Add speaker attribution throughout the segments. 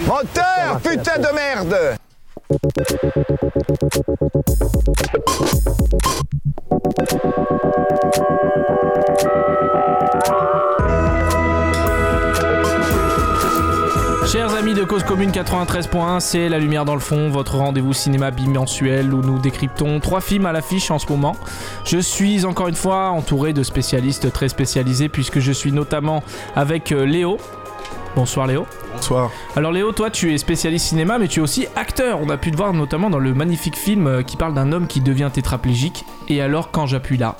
Speaker 1: Moteur, putain de merde
Speaker 2: Chers amis de Cause Commune 93.1, c'est La Lumière dans le fond, votre rendez-vous cinéma bimensuel où nous décryptons trois films à l'affiche en ce moment. Je suis encore une fois entouré de spécialistes très spécialisés puisque je suis notamment avec euh, Léo. Bonsoir Léo.
Speaker 3: Bonsoir.
Speaker 2: Alors Léo, toi tu es spécialiste cinéma mais tu es aussi acteur. On a pu te voir notamment dans le magnifique film euh, qui parle d'un homme qui devient tétraplégique. Et alors quand j'appuie là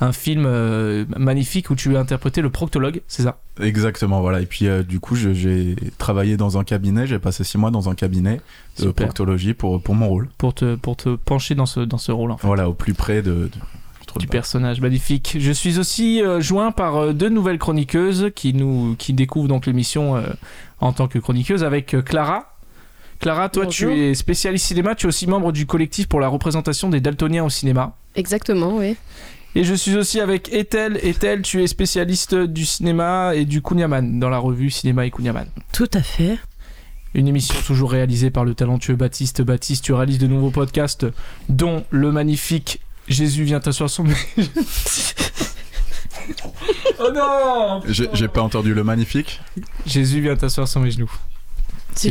Speaker 2: un film euh, magnifique où tu as interprété le proctologue, c'est ça
Speaker 3: Exactement, voilà. Et puis euh, du coup, je- j'ai travaillé dans un cabinet, j'ai passé six mois dans un cabinet de
Speaker 2: Super.
Speaker 3: proctologie pour, pour mon rôle.
Speaker 2: pour te, pour te pencher dans ce, dans ce rôle en fait.
Speaker 3: Voilà, au plus près de... de- du trou de
Speaker 2: du
Speaker 3: balle.
Speaker 2: personnage magnifique. Je suis aussi euh, joint par euh, deux nouvelles chroniqueuses qui nous qui découvrent donc l'émission euh, en tant que chroniqueuse avec euh, Clara. Clara, toi
Speaker 4: Bonjour.
Speaker 2: tu es spécialiste cinéma, tu es aussi membre du collectif pour la représentation des daltoniens au cinéma.
Speaker 4: Exactement, oui.
Speaker 2: Et je suis aussi avec Ethel. Ethel, tu es spécialiste du cinéma et du Kunyaman dans la revue Cinéma et Kunyaman.
Speaker 5: Tout à fait.
Speaker 2: Une émission toujours réalisée par le talentueux Baptiste. Baptiste, tu réalises de nouveaux podcasts, dont le magnifique Jésus vient t'asseoir son. oh non
Speaker 3: J'ai j'ai pas entendu le magnifique.
Speaker 2: Jésus vient t'asseoir sur mes genoux.
Speaker 5: S'il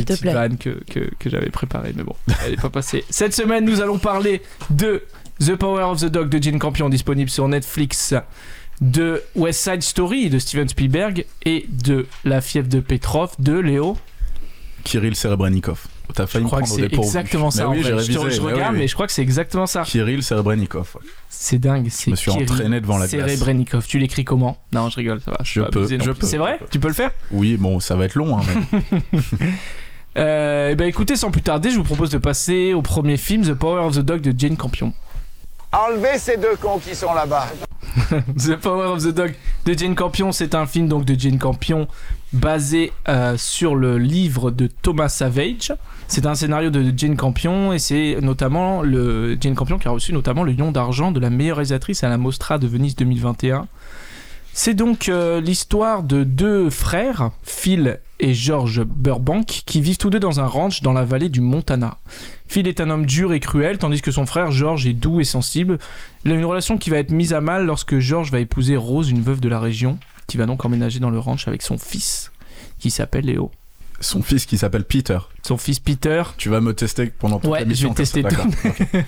Speaker 2: C'est
Speaker 5: te
Speaker 2: une petite
Speaker 5: plaît.
Speaker 2: vanne que, que, que j'avais préparée, mais bon, elle n'est pas passée. Cette semaine, nous allons parler de The Power of the Dog de Gene Campion, disponible sur Netflix, de West Side Story de Steven Spielberg et de La fièvre de Petrov de Léo.
Speaker 3: Kirill Serebrennikov. T'as
Speaker 2: Je
Speaker 3: failli me
Speaker 2: crois que
Speaker 3: prendre
Speaker 2: c'est
Speaker 3: au dépourvu.
Speaker 2: exactement ça.
Speaker 3: Mais
Speaker 2: en
Speaker 3: oui,
Speaker 2: fait.
Speaker 3: j'ai
Speaker 2: Je te-
Speaker 3: révisé.
Speaker 2: je,
Speaker 3: mais oui,
Speaker 2: regarde,
Speaker 3: oui.
Speaker 2: mais je crois que c'est exactement ça.
Speaker 3: Kirill Serebrennikov.
Speaker 2: C'est dingue, c'est
Speaker 3: me suis
Speaker 2: Kirill
Speaker 3: entraîné devant la glace.
Speaker 2: Serebrennikov. Tu l'écris comment Non, je rigole, ça va.
Speaker 3: Je
Speaker 2: pas
Speaker 3: peux,
Speaker 2: abusé non
Speaker 3: je
Speaker 2: plus.
Speaker 3: peux.
Speaker 2: C'est vrai
Speaker 3: Je peux.
Speaker 2: Tu peux le faire
Speaker 3: Oui, bon, ça va être long. Hein, mais-
Speaker 2: Euh, eh ben écoutez, sans plus tarder, je vous propose de passer au premier film, The Power of the Dog de Jane Campion.
Speaker 1: Enlevez ces deux cons qui sont là-bas.
Speaker 2: The Power of the Dog de Jane Campion, c'est un film donc de Jane Campion basé euh, sur le livre de Thomas Savage. C'est un scénario de Jane Campion et c'est notamment le Jane Campion qui a reçu notamment le Lion d'argent de la meilleure réalisatrice à la Mostra de Venise 2021. C'est donc euh, l'histoire de deux frères, Phil et George Burbank, qui vivent tous deux dans un ranch dans la vallée du Montana. Phil est un homme dur et cruel, tandis que son frère George est doux et sensible. Il a une relation qui va être mise à mal lorsque George va épouser Rose, une veuve de la région, qui va donc emménager dans le ranch avec son fils, qui s'appelle Léo.
Speaker 3: Son fils qui s'appelle Peter.
Speaker 2: Son fils Peter.
Speaker 3: Tu vas me tester pendant toute
Speaker 2: Ouais,
Speaker 3: la mission.
Speaker 2: je vais tester
Speaker 3: comme ça,
Speaker 2: tout.
Speaker 3: d'accord.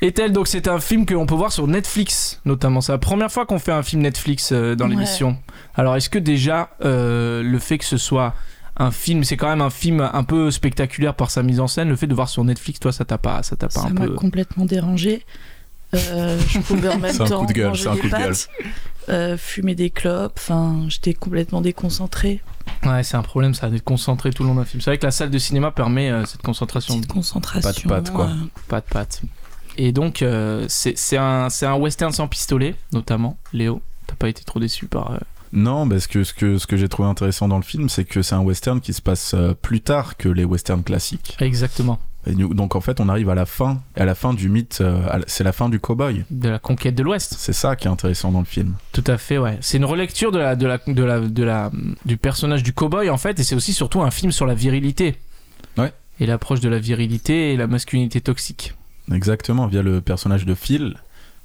Speaker 2: Est-elle donc c'est un film que l'on peut voir sur Netflix, notamment. C'est la première fois qu'on fait un film Netflix euh, dans
Speaker 5: Ouais.
Speaker 2: l'émission. Alors est-ce que déjà euh, le fait que ce soit un film, c'est quand même un film un peu spectaculaire par sa mise en scène, le fait de voir sur Netflix, toi ça t'a pas, ça t'a pas
Speaker 5: Ça
Speaker 2: un
Speaker 5: m'a
Speaker 2: peu...
Speaker 5: complètement dérangé. Euh, je pouvais en même
Speaker 3: C'est un
Speaker 5: temps
Speaker 3: coup de gueule,
Speaker 5: manger
Speaker 3: c'est un
Speaker 5: des
Speaker 3: coup de gueule.
Speaker 5: pâtes, euh, fumer des clopes. Enfin, j'étais complètement déconcentrée.
Speaker 2: Ouais, c'est un problème ça, d'être concentré tout le long d'un film. C'est vrai que la salle de cinéma permet euh, cette concentration.
Speaker 5: Petite concentration.
Speaker 3: pâtes, quoi.
Speaker 5: euh,
Speaker 2: Pas de pattes. Et donc, euh, c'est c'est un, c'est un western sans pistolet, notamment. Léo, t'as pas été trop déçu par. euh,
Speaker 3: Non, parce que ce que, ce que j'ai trouvé intéressant dans le film, c'est que c'est un western qui se passe euh, plus tard que les westerns classiques.
Speaker 2: Exactement.
Speaker 3: Et nous- donc en fait, on arrive à la fin, à la fin du mythe, euh, à la- c'est la fin du cowboy.
Speaker 2: De la conquête de l'Ouest.
Speaker 3: C'est ça qui est intéressant dans le film.
Speaker 2: Tout à fait, ouais. C'est une relecture de la, de la, de la, de la, du personnage du cowboy, en fait, et c'est aussi surtout un film sur la virilité.
Speaker 3: Ouais.
Speaker 2: Et l'approche de la virilité et la masculinité toxique.
Speaker 3: Exactement, via le personnage de Phil,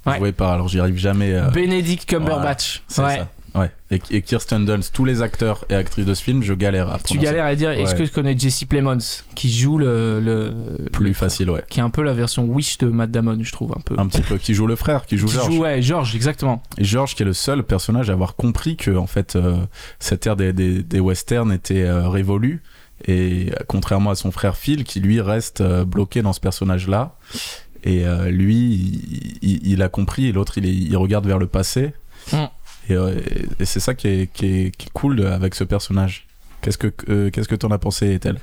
Speaker 2: Ouais.
Speaker 3: joué par, alors j'y arrive jamais, euh,
Speaker 2: Benedict Cumberbatch.
Speaker 3: c'est
Speaker 2: ouais.
Speaker 3: ça. Ouais. Et, et Kirsten Dunst, tous les acteurs et actrices de ce film, je galère à
Speaker 2: Tu
Speaker 3: prononcer.
Speaker 2: galères à dire, est-ce
Speaker 3: Ouais.
Speaker 2: que je connais Jesse Plemons, qui joue le. le
Speaker 3: Plus facile, ouais.
Speaker 2: Qui est un peu la version Wish de Matt Damon, je trouve, un peu.
Speaker 3: Un petit peu. Qui joue le frère, qui joue
Speaker 2: Qui
Speaker 3: George.
Speaker 2: ouais, George, exactement.
Speaker 3: Et George, qui est le seul personnage à avoir compris que en fait, euh, cette ère des, des, des westerns était euh, révolue. Et euh, contrairement à son frère Phil, qui lui reste euh, bloqué dans ce personnage-là. Et euh, lui, il, il- il a compris, et l'autre, il, est- il regarde vers le passé.
Speaker 2: Mm.
Speaker 3: Et, euh, et- et c'est ça qui est, qui est- qui est cool de- avec ce personnage. Qu'est-ce que euh, qu'est-ce que t'en as pensé, Ethel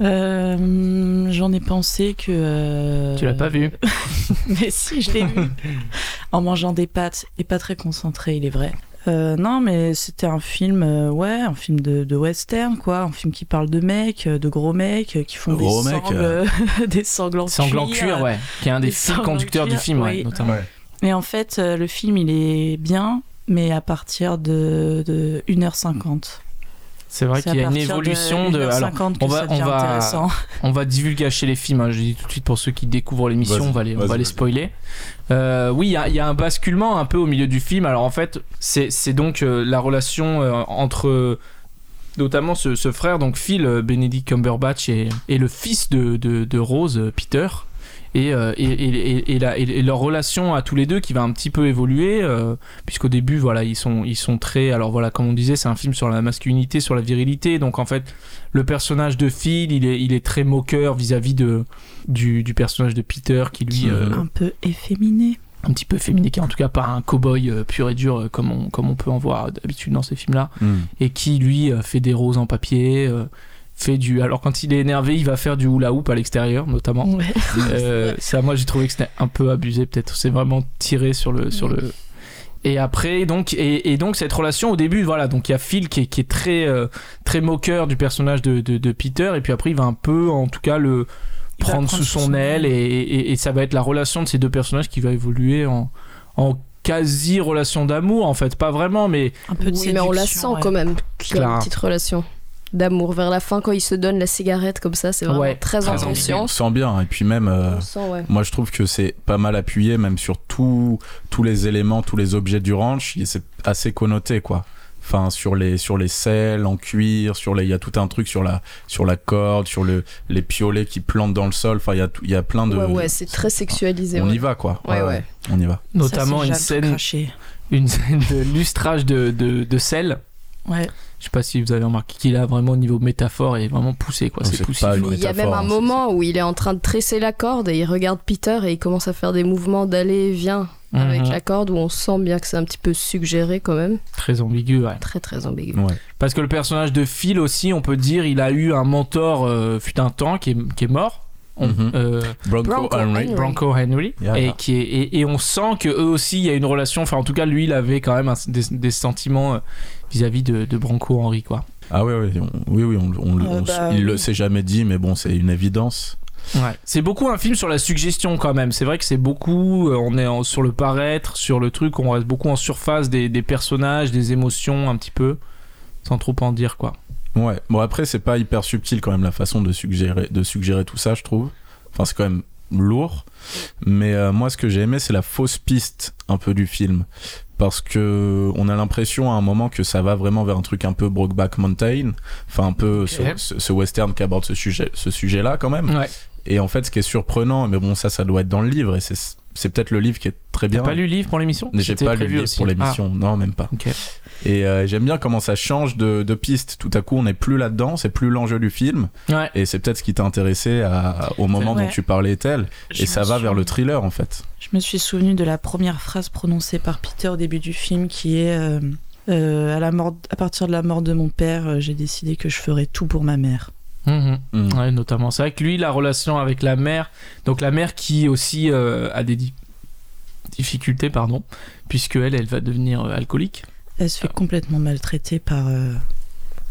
Speaker 5: euh, J'en ai pensé que. euh,
Speaker 2: Tu l'as pas vu
Speaker 5: Mais si, je l'ai vu. en mangeant des pâtes et pas très concentré, il est vrai. Euh, non, mais c'était un film, euh, ouais, un film de, de western, quoi. Un film qui parle de mecs, euh, de gros mecs, euh, qui font des,
Speaker 3: Gros mecs,
Speaker 5: sangles,
Speaker 3: euh.
Speaker 5: des sanglants de
Speaker 2: Sanglant cuir, ouais, qui est un des
Speaker 5: les
Speaker 2: fils
Speaker 5: sanglants
Speaker 2: conducteurs du
Speaker 5: cuir,
Speaker 2: film, ouais,
Speaker 5: oui.
Speaker 2: notamment.
Speaker 5: Et en fait, euh, le film, il est bien, mais à partir de, de 1h50.
Speaker 2: C'est vrai
Speaker 5: C'est à
Speaker 2: qu'il y a une
Speaker 5: partir de
Speaker 2: évolution de.
Speaker 5: 1h50
Speaker 2: alors,
Speaker 5: que
Speaker 2: on va-
Speaker 5: ça
Speaker 2: on
Speaker 5: devient
Speaker 2: va-
Speaker 5: intéressant.
Speaker 2: on va divulguer chez les films. hein, Je dis tout de suite pour ceux qui découvrent l'émission,
Speaker 3: Vas-y,
Speaker 2: on va les, on
Speaker 3: vas-y,
Speaker 2: va les
Speaker 3: vas-y.
Speaker 2: spoiler. Euh, oui, il y a- il y, a un basculement un peu au milieu du film. Alors en fait, c'est c'est donc euh, la relation euh, entre euh, notamment ce, ce frère, donc Phil euh, Benedict Cumberbatch, et, et le fils de, de- de Rose, euh, Peter. Et, euh, et, et- et- et la- et- et leur relation à tous les deux qui va un petit peu évoluer euh, puisqu'au début voilà ils sont ils sont très alors voilà comme on disait c'est un film sur la masculinité sur la virilité donc en fait le personnage de Phil, il est, il est très moqueur vis-à-vis de du, du personnage de Peter qui lui
Speaker 3: Mhm.
Speaker 2: euh,
Speaker 5: Un peu efféminé.
Speaker 2: un petit peu féminin, qui est en tout cas pas un cow-boy euh, pur et dur euh, comme on comme on peut en voir d'habitude dans ces films-là
Speaker 3: Hmm.
Speaker 2: et qui lui euh, fait des roses en papier, euh, fait du alors quand il est énervé, il va faire du hula hoop à l'extérieur notamment.
Speaker 5: Ouais.
Speaker 2: Euh, ça, moi, j'ai trouvé que c'était un peu abusé, peut-être. C'est vraiment tiré sur le, sur le. Et après, donc, et, et donc cette relation au début, voilà, donc il y a Phil qui est, qui est très, euh, très moqueur du personnage de, de, de Peter, et puis après il va un peu, en tout cas, le
Speaker 5: Il va
Speaker 2: prendre sous son aile, et, et- et ça va être la relation de ces deux personnages qui va évoluer en, en quasi relation d'amour, en fait, pas vraiment, mais
Speaker 5: Un peu de
Speaker 4: Oui, mais on la sent
Speaker 5: séduction, ouais.
Speaker 4: quand même, qu'il y a
Speaker 2: Clara.
Speaker 4: une petite relation d'amour. Vers la fin, quand il se donne la cigarette comme ça, c'est vraiment
Speaker 2: Ouais,
Speaker 4: très
Speaker 2: très
Speaker 4: en
Speaker 2: intime.
Speaker 3: On
Speaker 4: conscience.
Speaker 3: sent bien. Et puis même, euh,
Speaker 4: On sent, ouais.
Speaker 3: moi je trouve que c'est pas mal appuyé, même sur tout- tous les éléments, tous les objets du ranch, il- c'est assez connoté quoi. Enfin, sur les, sur les selles en cuir, sur les, il y a tout un truc sur la, sur la corde, sur le, les piolets qui plantent dans le sol. Enfin, il y a, tout- il y a plein de.
Speaker 4: Ouais, ouais, c'est très sexualisé.
Speaker 3: On
Speaker 4: ouais.
Speaker 3: y va quoi.
Speaker 4: Ouais, ouais.
Speaker 3: On y va.
Speaker 2: notamment
Speaker 5: Ça,
Speaker 2: une
Speaker 5: c'est Jeanne
Speaker 2: scène,
Speaker 5: crachée.
Speaker 2: une scène de lustrage de, de, de sel.
Speaker 5: Ouais.
Speaker 2: Je sais pas si vous avez remarqué qu'il a vraiment au niveau métaphore est vraiment poussé quoi.
Speaker 3: Non,
Speaker 2: C'est
Speaker 3: c'est
Speaker 2: poussé.
Speaker 3: pas une
Speaker 4: Mais il y a même
Speaker 3: métaphore,
Speaker 4: un
Speaker 3: hein,
Speaker 4: moment où il est en train de tresser la corde et il regarde Peter et il commence à faire des mouvements d'aller et vient avec
Speaker 2: Mhm.
Speaker 4: la corde où on sent bien que c'est un petit peu suggéré quand même.
Speaker 2: Très ambigu. Ouais.
Speaker 4: Très très ambigu.
Speaker 3: Ouais.
Speaker 2: Parce que le personnage de Phil aussi, on peut dire, il a eu un mentor euh, fut un temps qui est, qui est mort. On-
Speaker 3: Mhm.
Speaker 2: euh,
Speaker 3: Bronco,
Speaker 4: Bronco
Speaker 3: Henry.
Speaker 4: Henry.
Speaker 2: Bronco Henry
Speaker 3: Yeah.
Speaker 2: et qui est, et, et on sent que eux aussi il y a une relation enfin en tout cas lui il avait quand même un- des, des sentiments euh, vis-à-vis de, de Bronco Henry quoi
Speaker 3: Ah oui, oui, on- oui, oui, on, on-
Speaker 5: Euh,
Speaker 3: on-
Speaker 5: bah,
Speaker 3: il le
Speaker 5: oui.
Speaker 3: s'est jamais dit, mais bon, c'est une évidence.
Speaker 2: c'est beaucoup un film sur la suggestion quand même c'est vrai que c'est beaucoup euh, on est en- sur le paraître sur le truc on reste beaucoup en surface des, des personnages des émotions un petit peu sans trop en dire quoi
Speaker 3: Ouais. Bon après, c'est pas hyper subtil quand même la façon de suggérer, de suggérer tout ça, je trouve. Enfin, c'est quand même lourd. Mais euh, moi, ce que j'ai aimé, c'est la fausse piste un peu du film, parce que on a l'impression à un moment que ça va vraiment vers un truc un peu Brokeback Mountain, enfin un peu ce-
Speaker 2: Ok.
Speaker 3: ce, ce western qui aborde ce sujet, ce sujet-là quand même.
Speaker 2: ouais
Speaker 3: Et en fait, ce qui est surprenant, mais bon, ça, ça doit être dans le livre, et c'est c'est peut-être le livre qui est très bien.
Speaker 2: t'as pas lu le livre pour l'émission
Speaker 3: J'ai
Speaker 2: C'était
Speaker 3: pas lu le
Speaker 2: prévu
Speaker 3: livre
Speaker 2: aussi.
Speaker 3: pour
Speaker 2: Ah,
Speaker 3: l'émission, non, même pas.
Speaker 2: ok.
Speaker 3: Et euh, j'aime bien comment ça change de, de piste. Tout à coup, on n'est plus là-dedans, c'est plus l'enjeu du film.
Speaker 2: Ouais.
Speaker 3: Et c'est peut-être ce qui t'a intéressé à- au moment
Speaker 5: Ouais.
Speaker 3: dont tu parlais, tel.
Speaker 5: Je
Speaker 3: Et
Speaker 5: me
Speaker 3: ça va
Speaker 5: suis-
Speaker 3: vers le thriller, en fait.
Speaker 5: Je me suis souvenu de la première phrase prononcée par Peter au début du film qui est euh, euh, à, la mort, à partir de la mort de mon père, euh, j'ai décidé que je ferais tout pour ma mère.
Speaker 2: Mhm.
Speaker 3: Mm.
Speaker 2: Ouais, notamment. C'est vrai que lui, la relation avec la mère, donc la mère qui aussi euh, a des di- difficultés, pardon, puisque elle, elle va devenir euh, alcoolique.
Speaker 5: Elle
Speaker 2: Ah.
Speaker 5: se fait complètement maltraiter par, euh,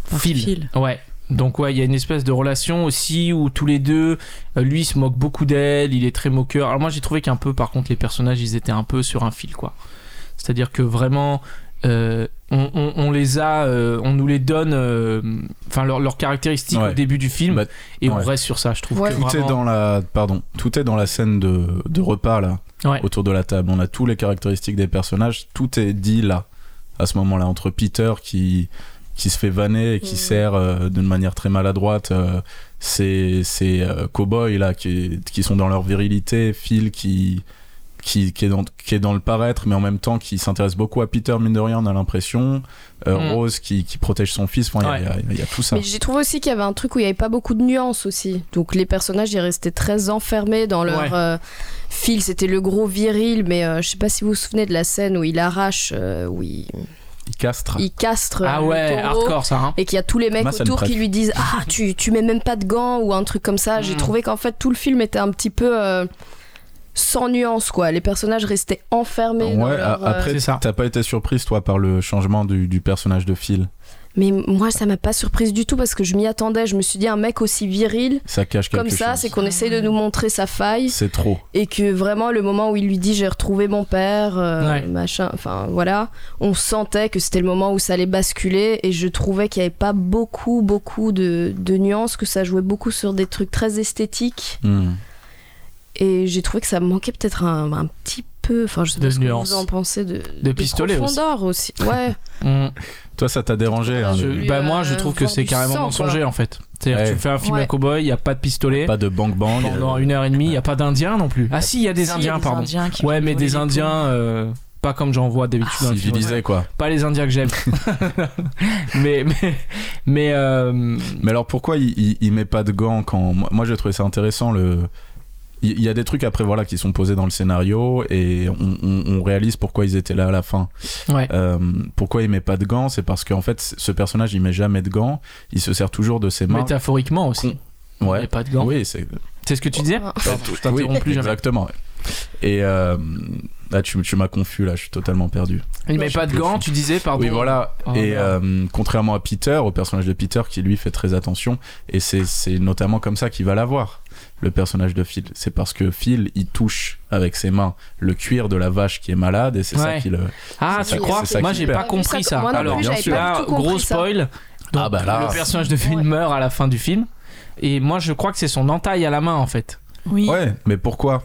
Speaker 5: par
Speaker 2: Phil.
Speaker 5: Phil.
Speaker 2: Ouais. Donc ouais, il y a une espèce de relation aussi où tous les deux, euh, lui se moque beaucoup d'elle, il est très moqueur. Alors moi j'ai trouvé qu'un peu, par contre, les personnages, ils étaient un peu sur un fil, quoi. C'est-à-dire que vraiment, euh, on, on- on les a, euh, on nous les donne, euh, enfin leurs leurs caractéristiques
Speaker 3: Ouais.
Speaker 2: au début du film,
Speaker 3: Bah,
Speaker 2: et on
Speaker 3: ouais.
Speaker 2: reste sur ça, je trouve.
Speaker 4: Ouais.
Speaker 2: que
Speaker 3: Tout est
Speaker 2: vraiment-
Speaker 3: dans la, pardon, tout est dans la scène de, de repas là,
Speaker 2: Ouais.
Speaker 3: autour de la table. On a tous les caractéristiques des personnages, tout est dit là, à ce moment-là, entre Peter qui qui se fait vanner et qui
Speaker 4: Mhm.
Speaker 3: sert euh, d'une manière très maladroite euh, ces ces euh, cow-boys là qui qui sont dans leur virilité, Phil qui qui, qui est dans, qui est dans le paraître, mais en même temps qui s'intéresse beaucoup à Peter, mine de rien, on a l'impression. Euh,
Speaker 2: Mhm.
Speaker 3: Rose qui, qui protège son fils, enfin, il y a- il y, a- il y a tout ça.
Speaker 4: Mais j'ai trouvé aussi qu'il y avait un truc où il n'y avait pas beaucoup de nuances aussi. Donc les personnages, ils restaient très enfermés dans leur
Speaker 2: Ouais.
Speaker 4: euh, fil. C'était le gros viril, mais euh, je sais pas si vous vous souvenez de la scène où il arrache, euh, où il,
Speaker 3: Il castre.
Speaker 4: il castre euh,
Speaker 2: Ah
Speaker 4: le
Speaker 2: ouais,
Speaker 4: taureau.
Speaker 2: hardcore ça. Hein.
Speaker 4: Et qu'il y a tous les mecs
Speaker 3: Moi, ça me
Speaker 4: autour
Speaker 3: prête.
Speaker 4: qui lui disent Ah, tu, tu mets même pas de gants ou un truc comme ça. J'ai
Speaker 2: Mm.
Speaker 4: trouvé qu'en fait tout le film était un petit peu euh, sans nuance quoi. Les personnages restaient enfermés. dans
Speaker 3: Ouais,
Speaker 4: leur,
Speaker 3: a-
Speaker 4: euh,
Speaker 2: Ah.
Speaker 3: après,
Speaker 2: C'est ça.
Speaker 3: t'as pas été surprise, toi, par le changement du, du personnage de Phil
Speaker 4: Mais moi, ça m'a pas surprise du tout parce que je m'y attendais. Je me suis dit, un mec aussi viril,
Speaker 3: Ça cache quelque
Speaker 4: comme
Speaker 3: chose.
Speaker 4: ça, c'est qu'on essaye
Speaker 3: Ah.
Speaker 4: de nous montrer sa faille
Speaker 3: C'est trop.
Speaker 4: et que vraiment, le moment où il lui dit j'ai retrouvé mon père, euh,
Speaker 2: Ouais.
Speaker 4: machin, enfin voilà, on sentait que c'était le moment où ça allait basculer et je trouvais qu'il n'y avait pas beaucoup, beaucoup de, de nuances, que ça jouait beaucoup sur des trucs très esthétiques
Speaker 3: Hmm.
Speaker 4: et j'ai trouvé que ça manquait peut-être un, un petit peu, enfin je sais
Speaker 2: De
Speaker 4: pas ce que
Speaker 2: nuances.
Speaker 4: vous en pensez, de,
Speaker 2: pistolet aussi.
Speaker 4: profondeur aussi. Ouais.
Speaker 2: Mm.
Speaker 3: Toi, ça t'a dérangé. hein,
Speaker 2: Je-
Speaker 3: le-
Speaker 4: lui,
Speaker 2: bah, moi, je
Speaker 4: euh,
Speaker 2: trouve que
Speaker 4: voir
Speaker 2: c'est
Speaker 4: du
Speaker 2: carrément
Speaker 4: sang,
Speaker 2: mensonger en fait. C'est-à-dire,
Speaker 3: Ouais.
Speaker 2: tu fais un film à
Speaker 4: Ouais.
Speaker 2: cowboy, il y a pas de pistolet.
Speaker 3: Bah, Pas de bang bang.
Speaker 2: Pendant une heure et demie, il y a pas d'Indiens non plus. Ah si, il y a des
Speaker 5: Si,
Speaker 2: Indiens,
Speaker 5: des
Speaker 2: pardon.
Speaker 5: Indiens qui
Speaker 2: ouais,
Speaker 5: viennent
Speaker 2: mais
Speaker 5: voler
Speaker 2: des
Speaker 5: les
Speaker 2: Indiens, euh, pas comme j'en vois
Speaker 3: Ah,
Speaker 2: d'habitude dans le film.
Speaker 3: Civilisé, quoi.
Speaker 2: Pas les Indiens que j'aime. mais mais mais euh,
Speaker 3: Mais alors pourquoi il, il- il met pas de gants quand moi, moi, j'ai trouvé ça intéressant le il il y a des trucs après voilà qui sont posés dans le scénario et on, on- on réalise pourquoi ils étaient là à la fin.
Speaker 2: Ouais.
Speaker 3: Euh, pourquoi il met pas de gants, c'est parce qu'en fait c- ce personnage il met jamais de gants, il se sert toujours de ses mains.
Speaker 2: métaphoriquement aussi. Il y a
Speaker 3: Ouais.
Speaker 2: pas de gants.
Speaker 3: Oui, c'est
Speaker 2: C'est ce que tu disais.
Speaker 4: Ouais.
Speaker 2: Pardon, je t'interromps
Speaker 3: oui,
Speaker 2: plus jamais.
Speaker 3: Exactement. ouais. Et euh, là tu, tu m'as confus là, je suis totalement perdu.
Speaker 2: Il met Ah, pas de gants, tu disais, pardon.
Speaker 3: Oui, voilà.
Speaker 2: Oh,
Speaker 3: et
Speaker 2: merde.
Speaker 3: euh, contrairement à Peter, au personnage de Peter qui lui fait très attention, et c'est- c'est notamment comme ça qu'il va l'avoir, le personnage de Phil. C'est parce que Phil, il touche avec ses mains le cuir de la vache qui est malade, et c'est ça
Speaker 2: Ouais.
Speaker 3: qui le.
Speaker 2: Ah,
Speaker 3: C'est
Speaker 2: tu
Speaker 3: ça-
Speaker 2: crois
Speaker 3: c'est ça
Speaker 2: Moi,
Speaker 3: qui
Speaker 2: j'ai
Speaker 3: perd.
Speaker 2: pas compris ça.
Speaker 4: Moi non plus,
Speaker 2: Alors,
Speaker 3: j'avais pas
Speaker 2: là,
Speaker 4: du tout compris
Speaker 2: gros
Speaker 4: ça.
Speaker 2: spoil. Donc,
Speaker 3: Ah bah là.
Speaker 2: le personnage de Finn
Speaker 4: Ouais.
Speaker 2: meurt à la fin du film. Et moi, je crois que c'est son entaille à la main, en fait.
Speaker 5: trucs. Oui.
Speaker 3: Ouais, mais pourquoi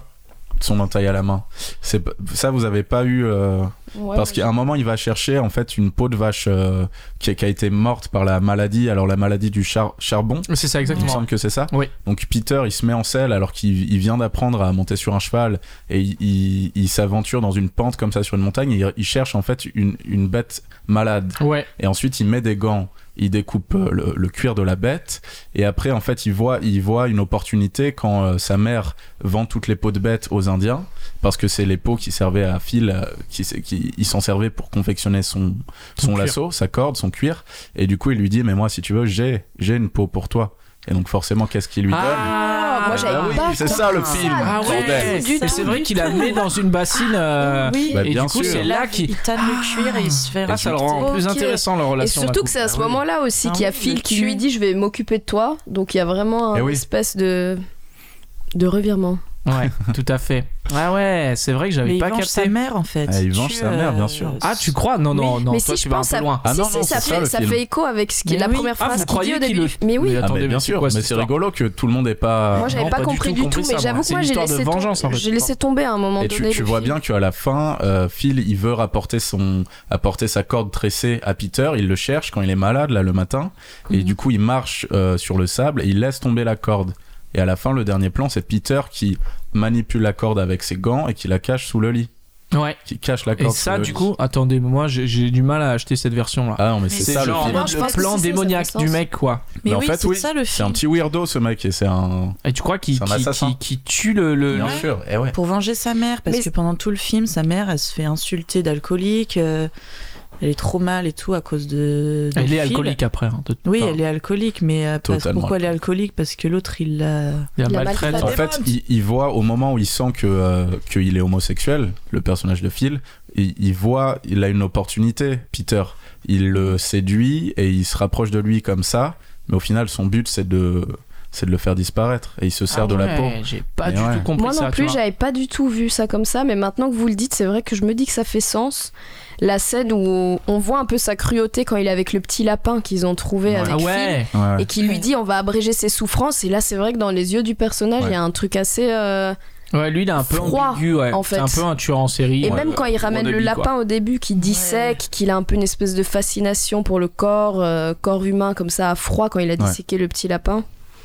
Speaker 3: son entaille à la main C'est p- ça, vous avez pas eu. euh,
Speaker 4: Ouais,
Speaker 3: parce
Speaker 4: ouais.
Speaker 3: qu'à un moment, il va chercher en fait une peau de vache euh, qui, a- qui a été morte par la maladie. Alors la maladie du char- charbon.
Speaker 2: C'est ça,
Speaker 3: Il me
Speaker 2: exactement.
Speaker 3: semble que c'est ça.
Speaker 2: Oui.
Speaker 3: Donc Peter, il se met en selle alors qu'il il vient d'apprendre à monter sur un cheval et il, il- il s'aventure dans une pente comme ça sur une montagne. Et il, il cherche en fait une, une bête malade.
Speaker 2: Ouais,
Speaker 3: Et ensuite, il met des gants. Il découpe euh, le, le cuir de la bête et après en fait il voit il voit une opportunité quand euh, sa mère vend toutes les peaux de bêtes aux Indiens parce que c'est les peaux qui servaient à Phil euh, qui, s- qui il s'en servait pour confectionner son
Speaker 2: Son
Speaker 3: son,
Speaker 2: cuir.
Speaker 3: lasso sa corde son cuir et du coup il lui dit mais moi si tu veux j'ai j'ai une peau pour toi et donc forcément qu'est-ce qu'il lui donne
Speaker 4: Ah, moi, j'avais
Speaker 3: bah oui,
Speaker 4: pas
Speaker 3: c'est ça le
Speaker 5: compris
Speaker 3: film.
Speaker 4: ça.
Speaker 2: Ah ouais,
Speaker 3: bordel.
Speaker 5: Du
Speaker 2: mais
Speaker 5: tout,
Speaker 2: c'est
Speaker 5: du
Speaker 2: vrai qu'il la met dans une bassine. euh,
Speaker 5: Oui.
Speaker 3: Bah,
Speaker 2: et
Speaker 3: bien
Speaker 2: du coup,
Speaker 3: sûr.
Speaker 2: c'est là qu'il.
Speaker 5: Il tanne le cuir et il se fait
Speaker 2: Ah, ça le
Speaker 5: injecter.
Speaker 2: rend plus
Speaker 4: Ok.
Speaker 2: intéressant leur
Speaker 4: Et
Speaker 2: relation. d'un
Speaker 4: surtout
Speaker 2: coup.
Speaker 4: que c'est à ce
Speaker 2: Ah oui.
Speaker 4: moment-là aussi
Speaker 5: Ah
Speaker 4: qu'il y a
Speaker 5: oui, le
Speaker 4: Phil qui
Speaker 5: tuer.
Speaker 4: lui dit je vais m'occuper de toi. Donc il y a vraiment
Speaker 3: Eh
Speaker 4: une
Speaker 3: oui.
Speaker 4: espèce de de revirement.
Speaker 2: Ouais, tout à fait. Ouais, ouais, c'est vrai que
Speaker 5: Mais
Speaker 2: j'avais
Speaker 5: il
Speaker 2: pas
Speaker 5: venge sa
Speaker 2: capté.
Speaker 5: mère en fait.
Speaker 3: Ah, il venge
Speaker 5: tue,
Speaker 3: sa mère, bien
Speaker 5: euh,
Speaker 3: sûr.
Speaker 2: Ah, tu crois Non, non, non,
Speaker 4: mais
Speaker 2: toi,
Speaker 4: si
Speaker 2: tu
Speaker 4: je
Speaker 2: vas
Speaker 4: pense
Speaker 2: un
Speaker 4: à...
Speaker 2: peu loin.
Speaker 3: Ah
Speaker 4: si,
Speaker 3: non,
Speaker 4: si,
Speaker 3: non,
Speaker 4: ça,
Speaker 3: c'est ça,
Speaker 4: fait,
Speaker 3: le
Speaker 4: ça
Speaker 3: film.
Speaker 4: fait écho avec ce qui est
Speaker 5: Mais
Speaker 4: la
Speaker 5: oui.
Speaker 4: première
Speaker 2: Ah,
Speaker 4: phrase
Speaker 2: vous
Speaker 4: qu'il dit
Speaker 2: croyez
Speaker 4: au
Speaker 2: qu'il
Speaker 4: début.
Speaker 2: le-
Speaker 4: Mais oui,
Speaker 2: Mais
Speaker 3: Ah,
Speaker 2: attendez,
Speaker 3: mais
Speaker 2: bien
Speaker 3: bien
Speaker 2: sûr.
Speaker 3: sûr, mais c'est rigolo que tout le monde est pas.
Speaker 4: moi j'avais
Speaker 2: non,
Speaker 4: pas,
Speaker 2: pas du
Speaker 4: compris
Speaker 2: tout
Speaker 4: du tout,
Speaker 2: compris ça,
Speaker 4: mais
Speaker 2: moi.
Speaker 4: j'avoue
Speaker 2: C'est
Speaker 4: que moi j'ai
Speaker 2: une histoire
Speaker 4: laissé
Speaker 2: de vengeance, en
Speaker 4: tomber.
Speaker 2: fait,
Speaker 4: J'ai
Speaker 2: je
Speaker 4: laissé tomber à un moment
Speaker 3: Et tu,
Speaker 4: donné.
Speaker 3: tu
Speaker 4: le
Speaker 3: vois
Speaker 4: film.
Speaker 3: bien qu'à la fin, euh, Phil, il veut rapporter, son, apporter sa corde tressée à Peter. Il le cherche quand il est malade, là, le matin.
Speaker 4: Mhm.
Speaker 3: Et du coup, il marche euh, sur le sable et il laisse tomber la corde. Et à la fin, le dernier plan, c'est Peter qui manipule la corde avec ses gants et qui la cache sous le lit.
Speaker 2: Ouais.
Speaker 3: Qui cache la
Speaker 2: Et
Speaker 3: corde.
Speaker 2: ça,
Speaker 3: sous le
Speaker 2: du
Speaker 3: lit.
Speaker 2: coup, attendez, moi, j'ai- j'ai du mal à acheter cette version-là.
Speaker 3: Ah non, mais c'est
Speaker 5: c'est
Speaker 3: ça le
Speaker 2: genre
Speaker 3: film.
Speaker 4: Moi, je
Speaker 2: le
Speaker 4: pense que
Speaker 2: plan
Speaker 4: c'est ça, ça
Speaker 2: démoniaque
Speaker 4: fait
Speaker 2: du
Speaker 4: sens.
Speaker 2: mec, quoi.
Speaker 5: Mais
Speaker 3: Mais en
Speaker 5: oui,
Speaker 3: fait,
Speaker 5: c'est
Speaker 3: oui.
Speaker 5: ça le
Speaker 3: C'est
Speaker 5: film.
Speaker 3: un petit weirdo, ce mec, et c'est un.
Speaker 2: Et tu crois qu'il
Speaker 3: C'est un
Speaker 2: qu'il-
Speaker 3: assassin.
Speaker 2: qu'il- qu'il tue le. le-
Speaker 3: Bien
Speaker 2: le-
Speaker 3: sûr, eh ouais.
Speaker 5: Pour venger sa mère, parce
Speaker 4: Mais-
Speaker 5: que pendant tout le film, sa mère, elle se fait insulter d'alcoolique. euh, elle est trop mal et tout à cause de. de
Speaker 2: Elle est
Speaker 5: Phil.
Speaker 2: alcoolique après. hein, de-
Speaker 5: Oui,
Speaker 2: enfin,
Speaker 5: elle est alcoolique, mais euh, parce-
Speaker 3: Totalement
Speaker 5: pourquoi elle est alcoolique Parce que l'autre, il la.
Speaker 2: Il la
Speaker 4: Il a
Speaker 2: maltraite.
Speaker 4: maltraité.
Speaker 3: En
Speaker 4: Des
Speaker 3: fait,
Speaker 4: ventes.
Speaker 3: il, il voit au moment où il sent que euh, qu'il est homosexuel, le personnage de Phil, il, il voit, il a une opportunité, Peter. Il le séduit et il se rapproche de lui comme ça, mais au final, son but c'est de c'est de le faire disparaître et il se
Speaker 2: Ah
Speaker 3: sert de la peau.
Speaker 2: J'ai pas
Speaker 3: Mais
Speaker 2: du
Speaker 3: ouais.
Speaker 2: tout compris
Speaker 4: Moi
Speaker 2: ça.
Speaker 4: non
Speaker 2: tu
Speaker 4: plus,
Speaker 2: vois.
Speaker 4: j'avais pas du tout vu ça comme ça, mais maintenant que vous le dites, c'est vrai que je me dis que ça fait sens. La scène où on voit un peu sa cruauté quand il est avec le petit lapin qu'ils ont trouvé
Speaker 3: Ouais.
Speaker 4: avec
Speaker 2: Ah
Speaker 4: Phil,
Speaker 2: ouais.
Speaker 3: Ouais.
Speaker 4: et qui lui
Speaker 5: Ouais.
Speaker 4: dit on va abréger ses souffrances. Et là, c'est vrai que dans les yeux du personnage, il
Speaker 3: Ouais.
Speaker 4: y a un truc assez. euh,
Speaker 2: Ouais, lui, il est un peu
Speaker 4: Froid,
Speaker 2: ambigu. Ouais.
Speaker 4: en
Speaker 2: C'est
Speaker 4: fait.
Speaker 2: un peu un tueur en série.
Speaker 4: Et
Speaker 2: ouais.
Speaker 4: même quand il ramène le
Speaker 2: débit,
Speaker 4: lapin au début, qui dissèque, qu'il a un peu une espèce de fascination pour le corps, euh, corps humain comme ça à froid quand il a
Speaker 3: Ouais.
Speaker 4: disséqué le petit lapin.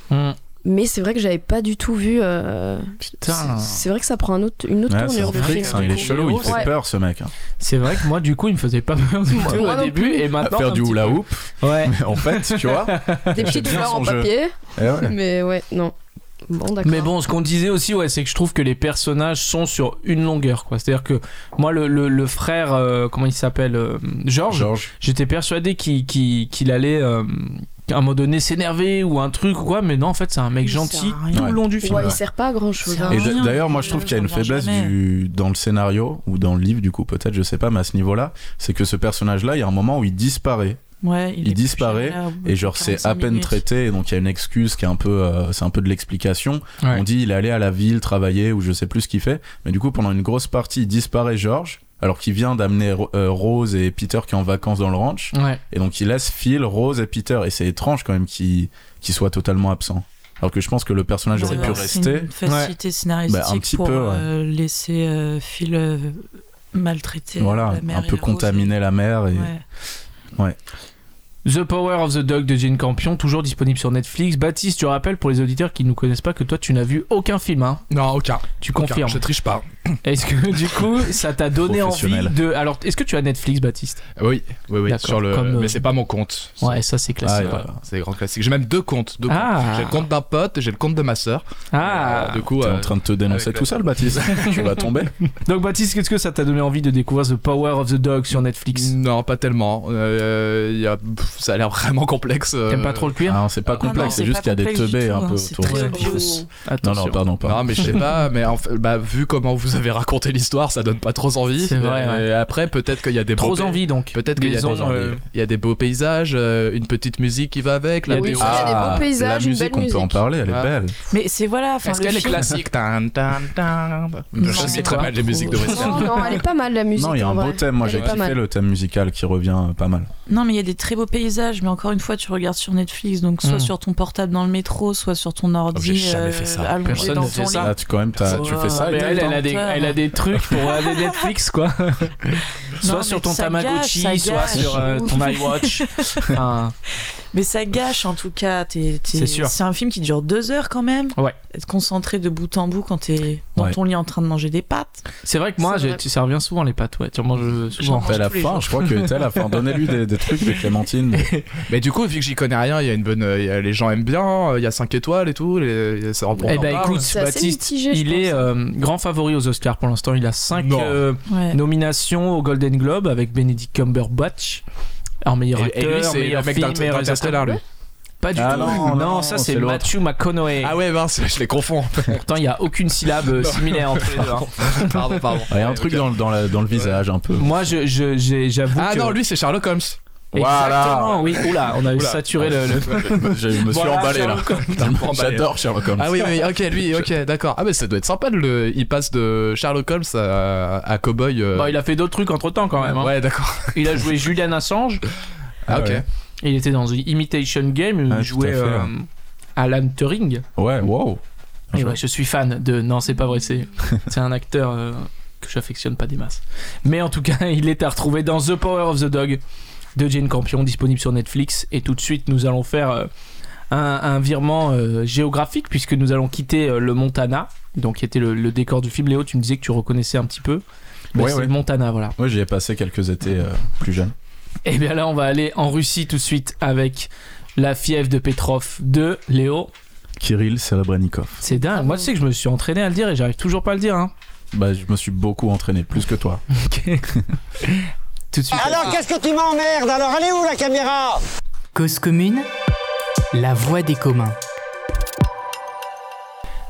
Speaker 2: Hum.
Speaker 4: Mais c'est vrai que j'avais pas du tout vu. euh,
Speaker 2: Putain.
Speaker 4: c'est- C'est vrai que ça prend un autre, une autre
Speaker 3: Ouais, c'est
Speaker 4: tournure. le film.
Speaker 3: Netflix, hein, il est
Speaker 2: du coup.
Speaker 3: chelou, il fait
Speaker 4: Ouais.
Speaker 3: peur ce mec. hein.
Speaker 2: C'est vrai que moi, du coup, il me faisait pas peur du tout
Speaker 4: moi
Speaker 2: au
Speaker 4: non
Speaker 2: début. Et
Speaker 3: À
Speaker 2: maintenant.
Speaker 3: faire
Speaker 2: un
Speaker 3: du
Speaker 2: petit
Speaker 3: hula
Speaker 2: peu.
Speaker 3: hoop,
Speaker 2: Ouais.
Speaker 3: en fait, tu vois.
Speaker 4: Des
Speaker 3: J'aime
Speaker 4: petites
Speaker 3: bien
Speaker 4: fleurs en
Speaker 3: son jeu.
Speaker 4: papier.
Speaker 3: Eh ouais.
Speaker 4: Mais ouais, non. Bon, d'accord.
Speaker 2: Mais bon, ce qu'on disait aussi, ouais, c'est que je trouve que les personnages sont sur une longueur, quoi. C'est-à-dire que moi, le, le- le frère, euh, comment il s'appelle, euh, Georges,
Speaker 3: Georges.
Speaker 2: j'étais persuadé qu'il qu'il- qu'il allait euh, à un moment donné s'énerver ou un truc ou quoi, mais non, en fait, c'est un mec
Speaker 5: Il sert
Speaker 2: gentil
Speaker 5: à rien.
Speaker 2: tout le
Speaker 3: Ouais.
Speaker 2: long du film.
Speaker 4: Ouais,
Speaker 3: ouais.
Speaker 4: il sert pas à grand chose.
Speaker 5: C'est
Speaker 4: hein.
Speaker 5: un
Speaker 3: Et
Speaker 5: rien,
Speaker 3: d- d'ailleurs, moi je
Speaker 5: je
Speaker 3: trouve qu'il y a une
Speaker 5: le comprends
Speaker 3: faiblesse
Speaker 5: jamais.
Speaker 3: du, dans le scénario ou dans le livre, du coup, peut-être, je sais pas, mais à ce niveau-là, c'est que ce personnage-là, il y a un moment où il disparaît
Speaker 5: Ouais,
Speaker 3: Il
Speaker 5: il, est plus
Speaker 3: disparaît,
Speaker 5: jamais là au bout de
Speaker 3: Et genre c'est à
Speaker 5: 45
Speaker 3: peine
Speaker 5: minutes.
Speaker 3: traité, et donc il y a une excuse qui est un peu, euh, c'est un peu de l'explication.
Speaker 2: Ouais.
Speaker 3: On dit il est allé à la ville travailler ou je sais plus ce qu'il fait, mais du coup pendant une grosse partie il disparaît George, alors qu'il vient d'amener Ro- euh, Rose et Peter qui est en vacances dans le ranch,
Speaker 2: Ouais.
Speaker 3: et donc il laisse Phil, Rose et Peter, et c'est étrange quand même qu'il qu'il soit totalement absent. Alors que je pense que le personnage aurait
Speaker 5: Ouais,
Speaker 3: pu
Speaker 5: Bah, c'est
Speaker 3: rester.
Speaker 5: Une facilité scénaristique
Speaker 3: Bah, un petit
Speaker 5: pour
Speaker 3: peu, ouais.
Speaker 5: euh, laisser euh, Phil euh, maltraiter.
Speaker 3: Voilà,
Speaker 5: la mère
Speaker 3: un
Speaker 5: et
Speaker 3: peu
Speaker 5: Rose.
Speaker 3: contaminé la mer et ah,
Speaker 5: Ouais.
Speaker 2: The Power of the Dog de Jane Campion, toujours disponible sur Netflix. Baptiste, tu rappelles pour les auditeurs qui ne nous connaissent pas que toi, tu n'as vu aucun film, hein
Speaker 6: Non, aucun.
Speaker 2: Tu
Speaker 6: Aucun.
Speaker 2: confirmes.
Speaker 6: Je triche pas.
Speaker 2: Est-ce que du coup, ça t'a donné envie
Speaker 3: Professionnel.
Speaker 2: de. Alors, est-ce que tu as Netflix, Baptiste
Speaker 6: Ah Oui, oui, oui.
Speaker 2: D'accord,
Speaker 6: Sur le...
Speaker 2: comme, euh,
Speaker 6: Mais c'est pas mon compte.
Speaker 2: Ouais, ça c'est
Speaker 3: Ah,
Speaker 2: classique.
Speaker 3: euh,
Speaker 6: C'est grand classique. J'ai même deux comptes. Deux
Speaker 2: Ah.
Speaker 6: comptes. J'ai le compte d'un pote, j'ai le compte de ma sœur.
Speaker 2: Ah,
Speaker 6: Euh, du coup,
Speaker 3: t'es
Speaker 6: euh,
Speaker 3: en train de te dénoncer
Speaker 6: avec la-
Speaker 3: tout seul, Baptiste. tu vas tomber.
Speaker 2: Donc Baptiste, qu'est-ce que ça t'a donné envie de découvrir The Power of the Dog sur Netflix
Speaker 6: non, pas tellement. Euh, il y a... pff, Ça a l'air vraiment complexe. euh,
Speaker 2: T'aimes pas trop le cuir
Speaker 3: Ah, non, c'est pas
Speaker 6: Ah,
Speaker 5: Ah non,
Speaker 3: complexe, c'est juste
Speaker 5: pas
Speaker 3: qu'il y a des
Speaker 5: complexe du
Speaker 3: teubés
Speaker 5: tout,
Speaker 3: un
Speaker 5: hein,
Speaker 3: peu
Speaker 5: c'est
Speaker 3: autour.
Speaker 4: Oh,
Speaker 5: très
Speaker 2: Ouais.
Speaker 5: beau.
Speaker 3: Non,
Speaker 2: Attention.
Speaker 3: non, pardon, pas.
Speaker 6: Non, mais je sais pas, mais en fait, bah, vu comment vous avez raconté l'histoire, ça donne pas trop envie.
Speaker 2: C'est vrai,
Speaker 6: Euh, Après, peut-être qu'il y a des beaux
Speaker 2: Trop
Speaker 6: pay-
Speaker 2: envie donc.
Speaker 6: Peut-être qu'il y, a
Speaker 2: Des
Speaker 6: des-
Speaker 2: envies.
Speaker 6: euh, il y a des beaux paysages, euh, une petite musique qui va avec. La Ah.
Speaker 4: Oui, Il
Speaker 6: déo-
Speaker 4: y a des beaux
Speaker 3: Ah, la
Speaker 4: paysages, une
Speaker 3: musique,
Speaker 4: belle
Speaker 3: on peut en
Speaker 4: musique.
Speaker 3: parler, elle est
Speaker 6: Ah.
Speaker 3: belle.
Speaker 5: Mais c'est voilà. enfin,
Speaker 6: Est-ce
Speaker 5: le
Speaker 6: qu'elle est
Speaker 5: film-
Speaker 6: classique Tan, tan,
Speaker 5: Non,
Speaker 6: tan. Je sais
Speaker 5: mais
Speaker 6: très
Speaker 5: pas
Speaker 6: mal les musiques de
Speaker 5: trop.
Speaker 6: Western.
Speaker 4: Non, non, elle est pas mal la musique.
Speaker 3: Non, il y a
Speaker 4: en
Speaker 3: un beau
Speaker 4: vrai.
Speaker 3: thème. Moi,
Speaker 4: Elle
Speaker 3: j'ai
Speaker 4: est pas
Speaker 3: kiffé
Speaker 4: mal.
Speaker 3: le thème musical qui revient euh, pas mal.
Speaker 5: Non, mais il y a des très beaux paysages, mais encore une fois, tu regardes sur Netflix, donc soit
Speaker 2: Mm.
Speaker 5: sur ton portable dans le métro, soit sur
Speaker 2: Oh,
Speaker 5: ton ordi. euh,
Speaker 6: j'ai jamais fait ça.
Speaker 5: allongé
Speaker 2: Personne
Speaker 5: dans
Speaker 2: ne
Speaker 5: ton
Speaker 2: fait
Speaker 5: lit.
Speaker 2: ça.
Speaker 3: Là, tu quand même, t'as-
Speaker 5: Ouais.
Speaker 3: tu fais ça.
Speaker 5: Ah,
Speaker 2: Mais
Speaker 3: et
Speaker 2: elle, elle a
Speaker 5: t'es
Speaker 2: des,
Speaker 5: tenteur.
Speaker 2: elle a des trucs pour regarder Netflix quoi. soit
Speaker 5: Non,
Speaker 2: sur
Speaker 5: mais
Speaker 2: ton
Speaker 5: ça
Speaker 2: Tamagotchi,
Speaker 5: gâche, ça
Speaker 2: soit
Speaker 5: gâche.
Speaker 2: sur euh, ton iWatch. Enfin,
Speaker 5: Mais ça gâche en tout cas. t'es- t'es-
Speaker 2: C'est sûr.
Speaker 5: C'est un film qui dure deux heures quand même.
Speaker 2: Ouais.
Speaker 5: Être concentré de bout en bout quand t'es dans
Speaker 3: Ouais.
Speaker 5: ton lit en train de manger des pâtes.
Speaker 2: c'est vrai que moi,
Speaker 5: C'est
Speaker 2: j'ai-
Speaker 5: vrai.
Speaker 2: ça revient souvent les pâtes. Ouais, tu en manges souvent.
Speaker 3: T'es à la
Speaker 5: tous les
Speaker 3: fin,
Speaker 5: jours.
Speaker 3: je crois que t'es à la fin. Donnez-lui des, des trucs, des clémentines.
Speaker 6: Mais du coup, vu que j'y connais rien, il y a une bonne, euh, il y a- les gens aiment bien, euh, il y a 5 étoiles et tout. Les, et ça, on
Speaker 2: Eh
Speaker 6: en
Speaker 2: ben
Speaker 6: parle.
Speaker 2: écoute,
Speaker 4: C'est assez
Speaker 2: Baptiste,
Speaker 4: mitigé, je
Speaker 2: il est
Speaker 4: pense.
Speaker 2: euh, grand favori aux Oscars pour l'instant. Il a 5
Speaker 6: Non.
Speaker 5: Ouais.
Speaker 2: nomination au Golden Globe avec Benedict Cumberbatch en meilleur
Speaker 6: Et, et
Speaker 2: acteur,
Speaker 6: lui, c'est
Speaker 2: meilleur
Speaker 6: le mec
Speaker 2: film,
Speaker 6: d'Inter-
Speaker 2: meilleur
Speaker 6: d'Interstellar, lui.
Speaker 2: réalisateur. Pas du
Speaker 3: Ah
Speaker 2: tout.
Speaker 3: non, non,
Speaker 2: ça
Speaker 3: non,
Speaker 2: c'est
Speaker 3: c'est l'autre.
Speaker 2: Matthew McConaughey.
Speaker 6: Ah ouais, mince, je les confonds.
Speaker 2: Pourtant, il n'y a aucune syllabe euh, similaire entre les deux. hein.
Speaker 6: pardon, pardon.
Speaker 3: Il y a un
Speaker 6: Ouais,
Speaker 3: truc
Speaker 6: ok.
Speaker 3: dans, le- dans, la- dans le visage, un peu.
Speaker 2: Moi, je, je- j'ai- j'avoue
Speaker 6: Ah
Speaker 2: que.
Speaker 6: non, lui, c'est Sherlock Holmes.
Speaker 2: Exactement, oui. Oula, on a
Speaker 6: Oula.
Speaker 2: saturé le. le-
Speaker 3: Je me suis
Speaker 2: Voilà,
Speaker 3: emballé, là.
Speaker 2: Sherlock
Speaker 6: Holmes.
Speaker 3: J'adore Sherlock Holmes.
Speaker 6: Ah oui, oui, ok, lui, ok, d'accord. Ah, mais ça doit être sympa. Le... Il passe de Sherlock Holmes à, à Cowboy. euh,
Speaker 2: Bon, Bah, il a fait d'autres trucs entre temps quand même. hein.
Speaker 6: Ouais, d'accord.
Speaker 2: Il a joué Julian Assange.
Speaker 6: Ah, ok.
Speaker 3: ouais.
Speaker 2: Il était dans The Imitation Game. où
Speaker 3: Ah,
Speaker 2: il
Speaker 3: tout
Speaker 2: jouait
Speaker 3: à fait,
Speaker 2: euh, Alan Turing.
Speaker 3: Ouais, wow.
Speaker 2: Et
Speaker 3: Je-
Speaker 2: ouais, je suis fan de. Non, c'est pas vrai, c'est c'est un acteur euh, que j'affectionne pas des masses. Mais en tout cas, il est à retrouver dans The Power of the Dog de Jane Campion, disponible sur Netflix. Et tout de suite, nous allons faire euh, un, un virement euh, géographique, puisque nous allons quitter euh, le Montana, donc qui était le, le décor du film. Léo, tu me disais que tu reconnaissais un petit peu. Bah,
Speaker 3: Ouais,
Speaker 2: c'est
Speaker 3: ouais.
Speaker 2: le Montana, voilà.
Speaker 3: Ouais, j'y ai passé quelques étés euh, plus jeunes.
Speaker 2: Et bien là, on va aller en Russie tout de suite avec la fièvre de Petrov de Léo.
Speaker 3: Kirill Serebrennikov.
Speaker 2: C'est dingue. Moi, tu sais que je me suis entraîné à le dire et j'arrive toujours pas à le dire. Hein.
Speaker 3: Bah, je me suis beaucoup entraîné, plus que toi.
Speaker 2: Tout de suite.
Speaker 7: Alors qu'est-ce que tu m'emmerdes Alors allez où la caméra
Speaker 8: Cause commune, la voix des communs.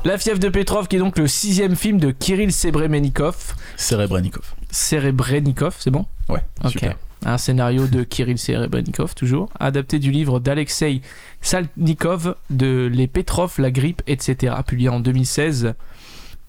Speaker 2: La fièvre de Petrov, qui est donc le sixième film de Kirill Serebrennikov.
Speaker 3: Serebrennikov.
Speaker 2: Serebrennikov, c'est bon
Speaker 3: Ouais,
Speaker 2: Ok.
Speaker 3: super.
Speaker 2: Un scénario de Kirill Serebrennikov, toujours, adapté du livre d'Alexei Saltnikov de Les Petrov, la grippe, etc., publié en 2016.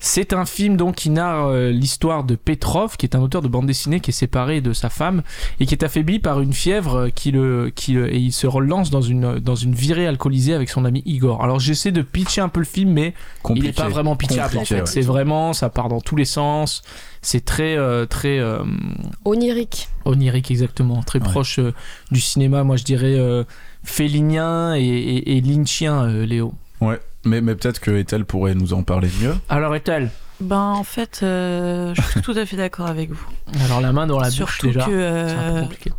Speaker 2: C'est un film donc qui narre euh, l'histoire de Petrov, qui est un auteur de bande dessinée qui est séparé de sa femme et qui est affaibli par une fièvre euh, qui le, qui le- et il se relance dans une, dans une virée alcoolisée avec son ami Igor. Alors j'essaie de pitcher un peu le film, mais
Speaker 3: Compliqué.
Speaker 2: il est pas vraiment pitchable en
Speaker 3: Compliqué,
Speaker 2: fait.
Speaker 3: ouais.
Speaker 2: C'est vraiment, ça part dans tous les sens. C'est très, euh, très euh,
Speaker 4: Onirique.
Speaker 2: onirique exactement, très
Speaker 3: Ouais.
Speaker 2: proche euh, du cinéma. Moi, je dirais euh, félinien et, et, et lynchien, euh, Léo.
Speaker 3: Ouais, mais, mais peut-être que Ethel pourrait nous en parler mieux.
Speaker 2: Alors Ethel,
Speaker 5: Ben en fait, euh, je suis tout à fait d'accord avec vous.
Speaker 2: alors la main dans la bouche
Speaker 5: surtout,
Speaker 2: déjà.
Speaker 5: que,
Speaker 2: C'est un peu
Speaker 5: euh,
Speaker 2: compliqué.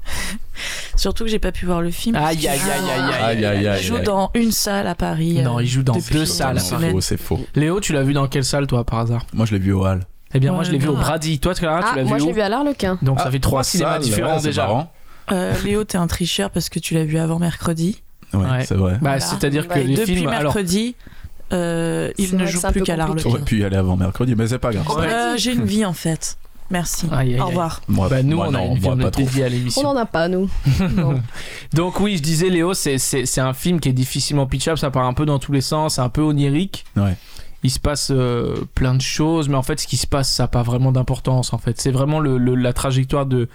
Speaker 5: surtout que j'ai pas pu voir le film.
Speaker 2: Aïe,
Speaker 5: parce qu'il
Speaker 2: aïe, aïe,
Speaker 5: joue-
Speaker 2: aïe,
Speaker 3: aïe, aïe, aïe,
Speaker 5: Il joue
Speaker 3: aïe.
Speaker 5: dans une salle à Paris. euh,
Speaker 2: Non, il joue dans
Speaker 5: depuis
Speaker 2: deux
Speaker 5: une
Speaker 2: salles.
Speaker 3: C'est
Speaker 5: semaine.
Speaker 3: faux, c'est faux.
Speaker 2: Léo, tu l'as vu dans quelle salle toi par hasard
Speaker 3: Moi, je l'ai vu au hall.
Speaker 2: Eh bien, moi,
Speaker 5: Ouais,
Speaker 2: je l'ai vu au
Speaker 5: grave.
Speaker 2: Brady. Toi, tu l'as- tu
Speaker 4: Ah,
Speaker 2: l'as
Speaker 4: moi
Speaker 2: vu
Speaker 4: je
Speaker 2: où
Speaker 4: l'ai vu à l'Arlequin.
Speaker 2: Donc ça
Speaker 3: Ah,
Speaker 2: fait trois cinémas
Speaker 3: salles,
Speaker 2: différents
Speaker 3: ouais, c'est
Speaker 2: déjà.
Speaker 3: marrant.
Speaker 5: Euh, Léo, t'es un tricheur parce que tu l'as vu avant mercredi.
Speaker 3: Ouais,
Speaker 2: Ouais.
Speaker 3: c'est vrai.
Speaker 2: Bah,
Speaker 5: Voilà.
Speaker 2: c'est-à-dire que
Speaker 5: Et
Speaker 2: les
Speaker 5: depuis
Speaker 2: films, alors
Speaker 5: mercredi, euh,
Speaker 4: C'est
Speaker 5: il ne
Speaker 4: vrai que
Speaker 5: joue
Speaker 4: c'est un
Speaker 5: plus
Speaker 4: peu
Speaker 5: qu'à
Speaker 4: compliqué.
Speaker 5: l'Arlequin.
Speaker 2: Bah,
Speaker 3: J'aurais pu y aller avant mercredi, mais c'est pas grave.
Speaker 4: Ouais.
Speaker 5: Euh, J'ai une vie en fait. Merci.
Speaker 2: Aïe, aïe,
Speaker 5: Au
Speaker 2: aïe.
Speaker 5: revoir.
Speaker 3: Moi,
Speaker 2: Bah, nous,
Speaker 3: moi,
Speaker 2: on a
Speaker 3: non,
Speaker 2: une
Speaker 3: moi,
Speaker 2: film
Speaker 3: pas trop.
Speaker 2: dédiée à
Speaker 4: On
Speaker 2: l'émission.
Speaker 4: n'en a pas, nous.
Speaker 2: Ah,
Speaker 4: Non.
Speaker 2: Donc, oui, je disais, Léo, c'est- c'est c'est un film qui est difficilement pitchable. Ça part un peu dans tous les sens, c'est un peu onirique.
Speaker 3: Ouais.
Speaker 2: Il se passe euh, plein de choses, mais en fait, ce qui se passe, ça n'a pas vraiment d'importance. En fait, c'est vraiment le- le- la trajectoire de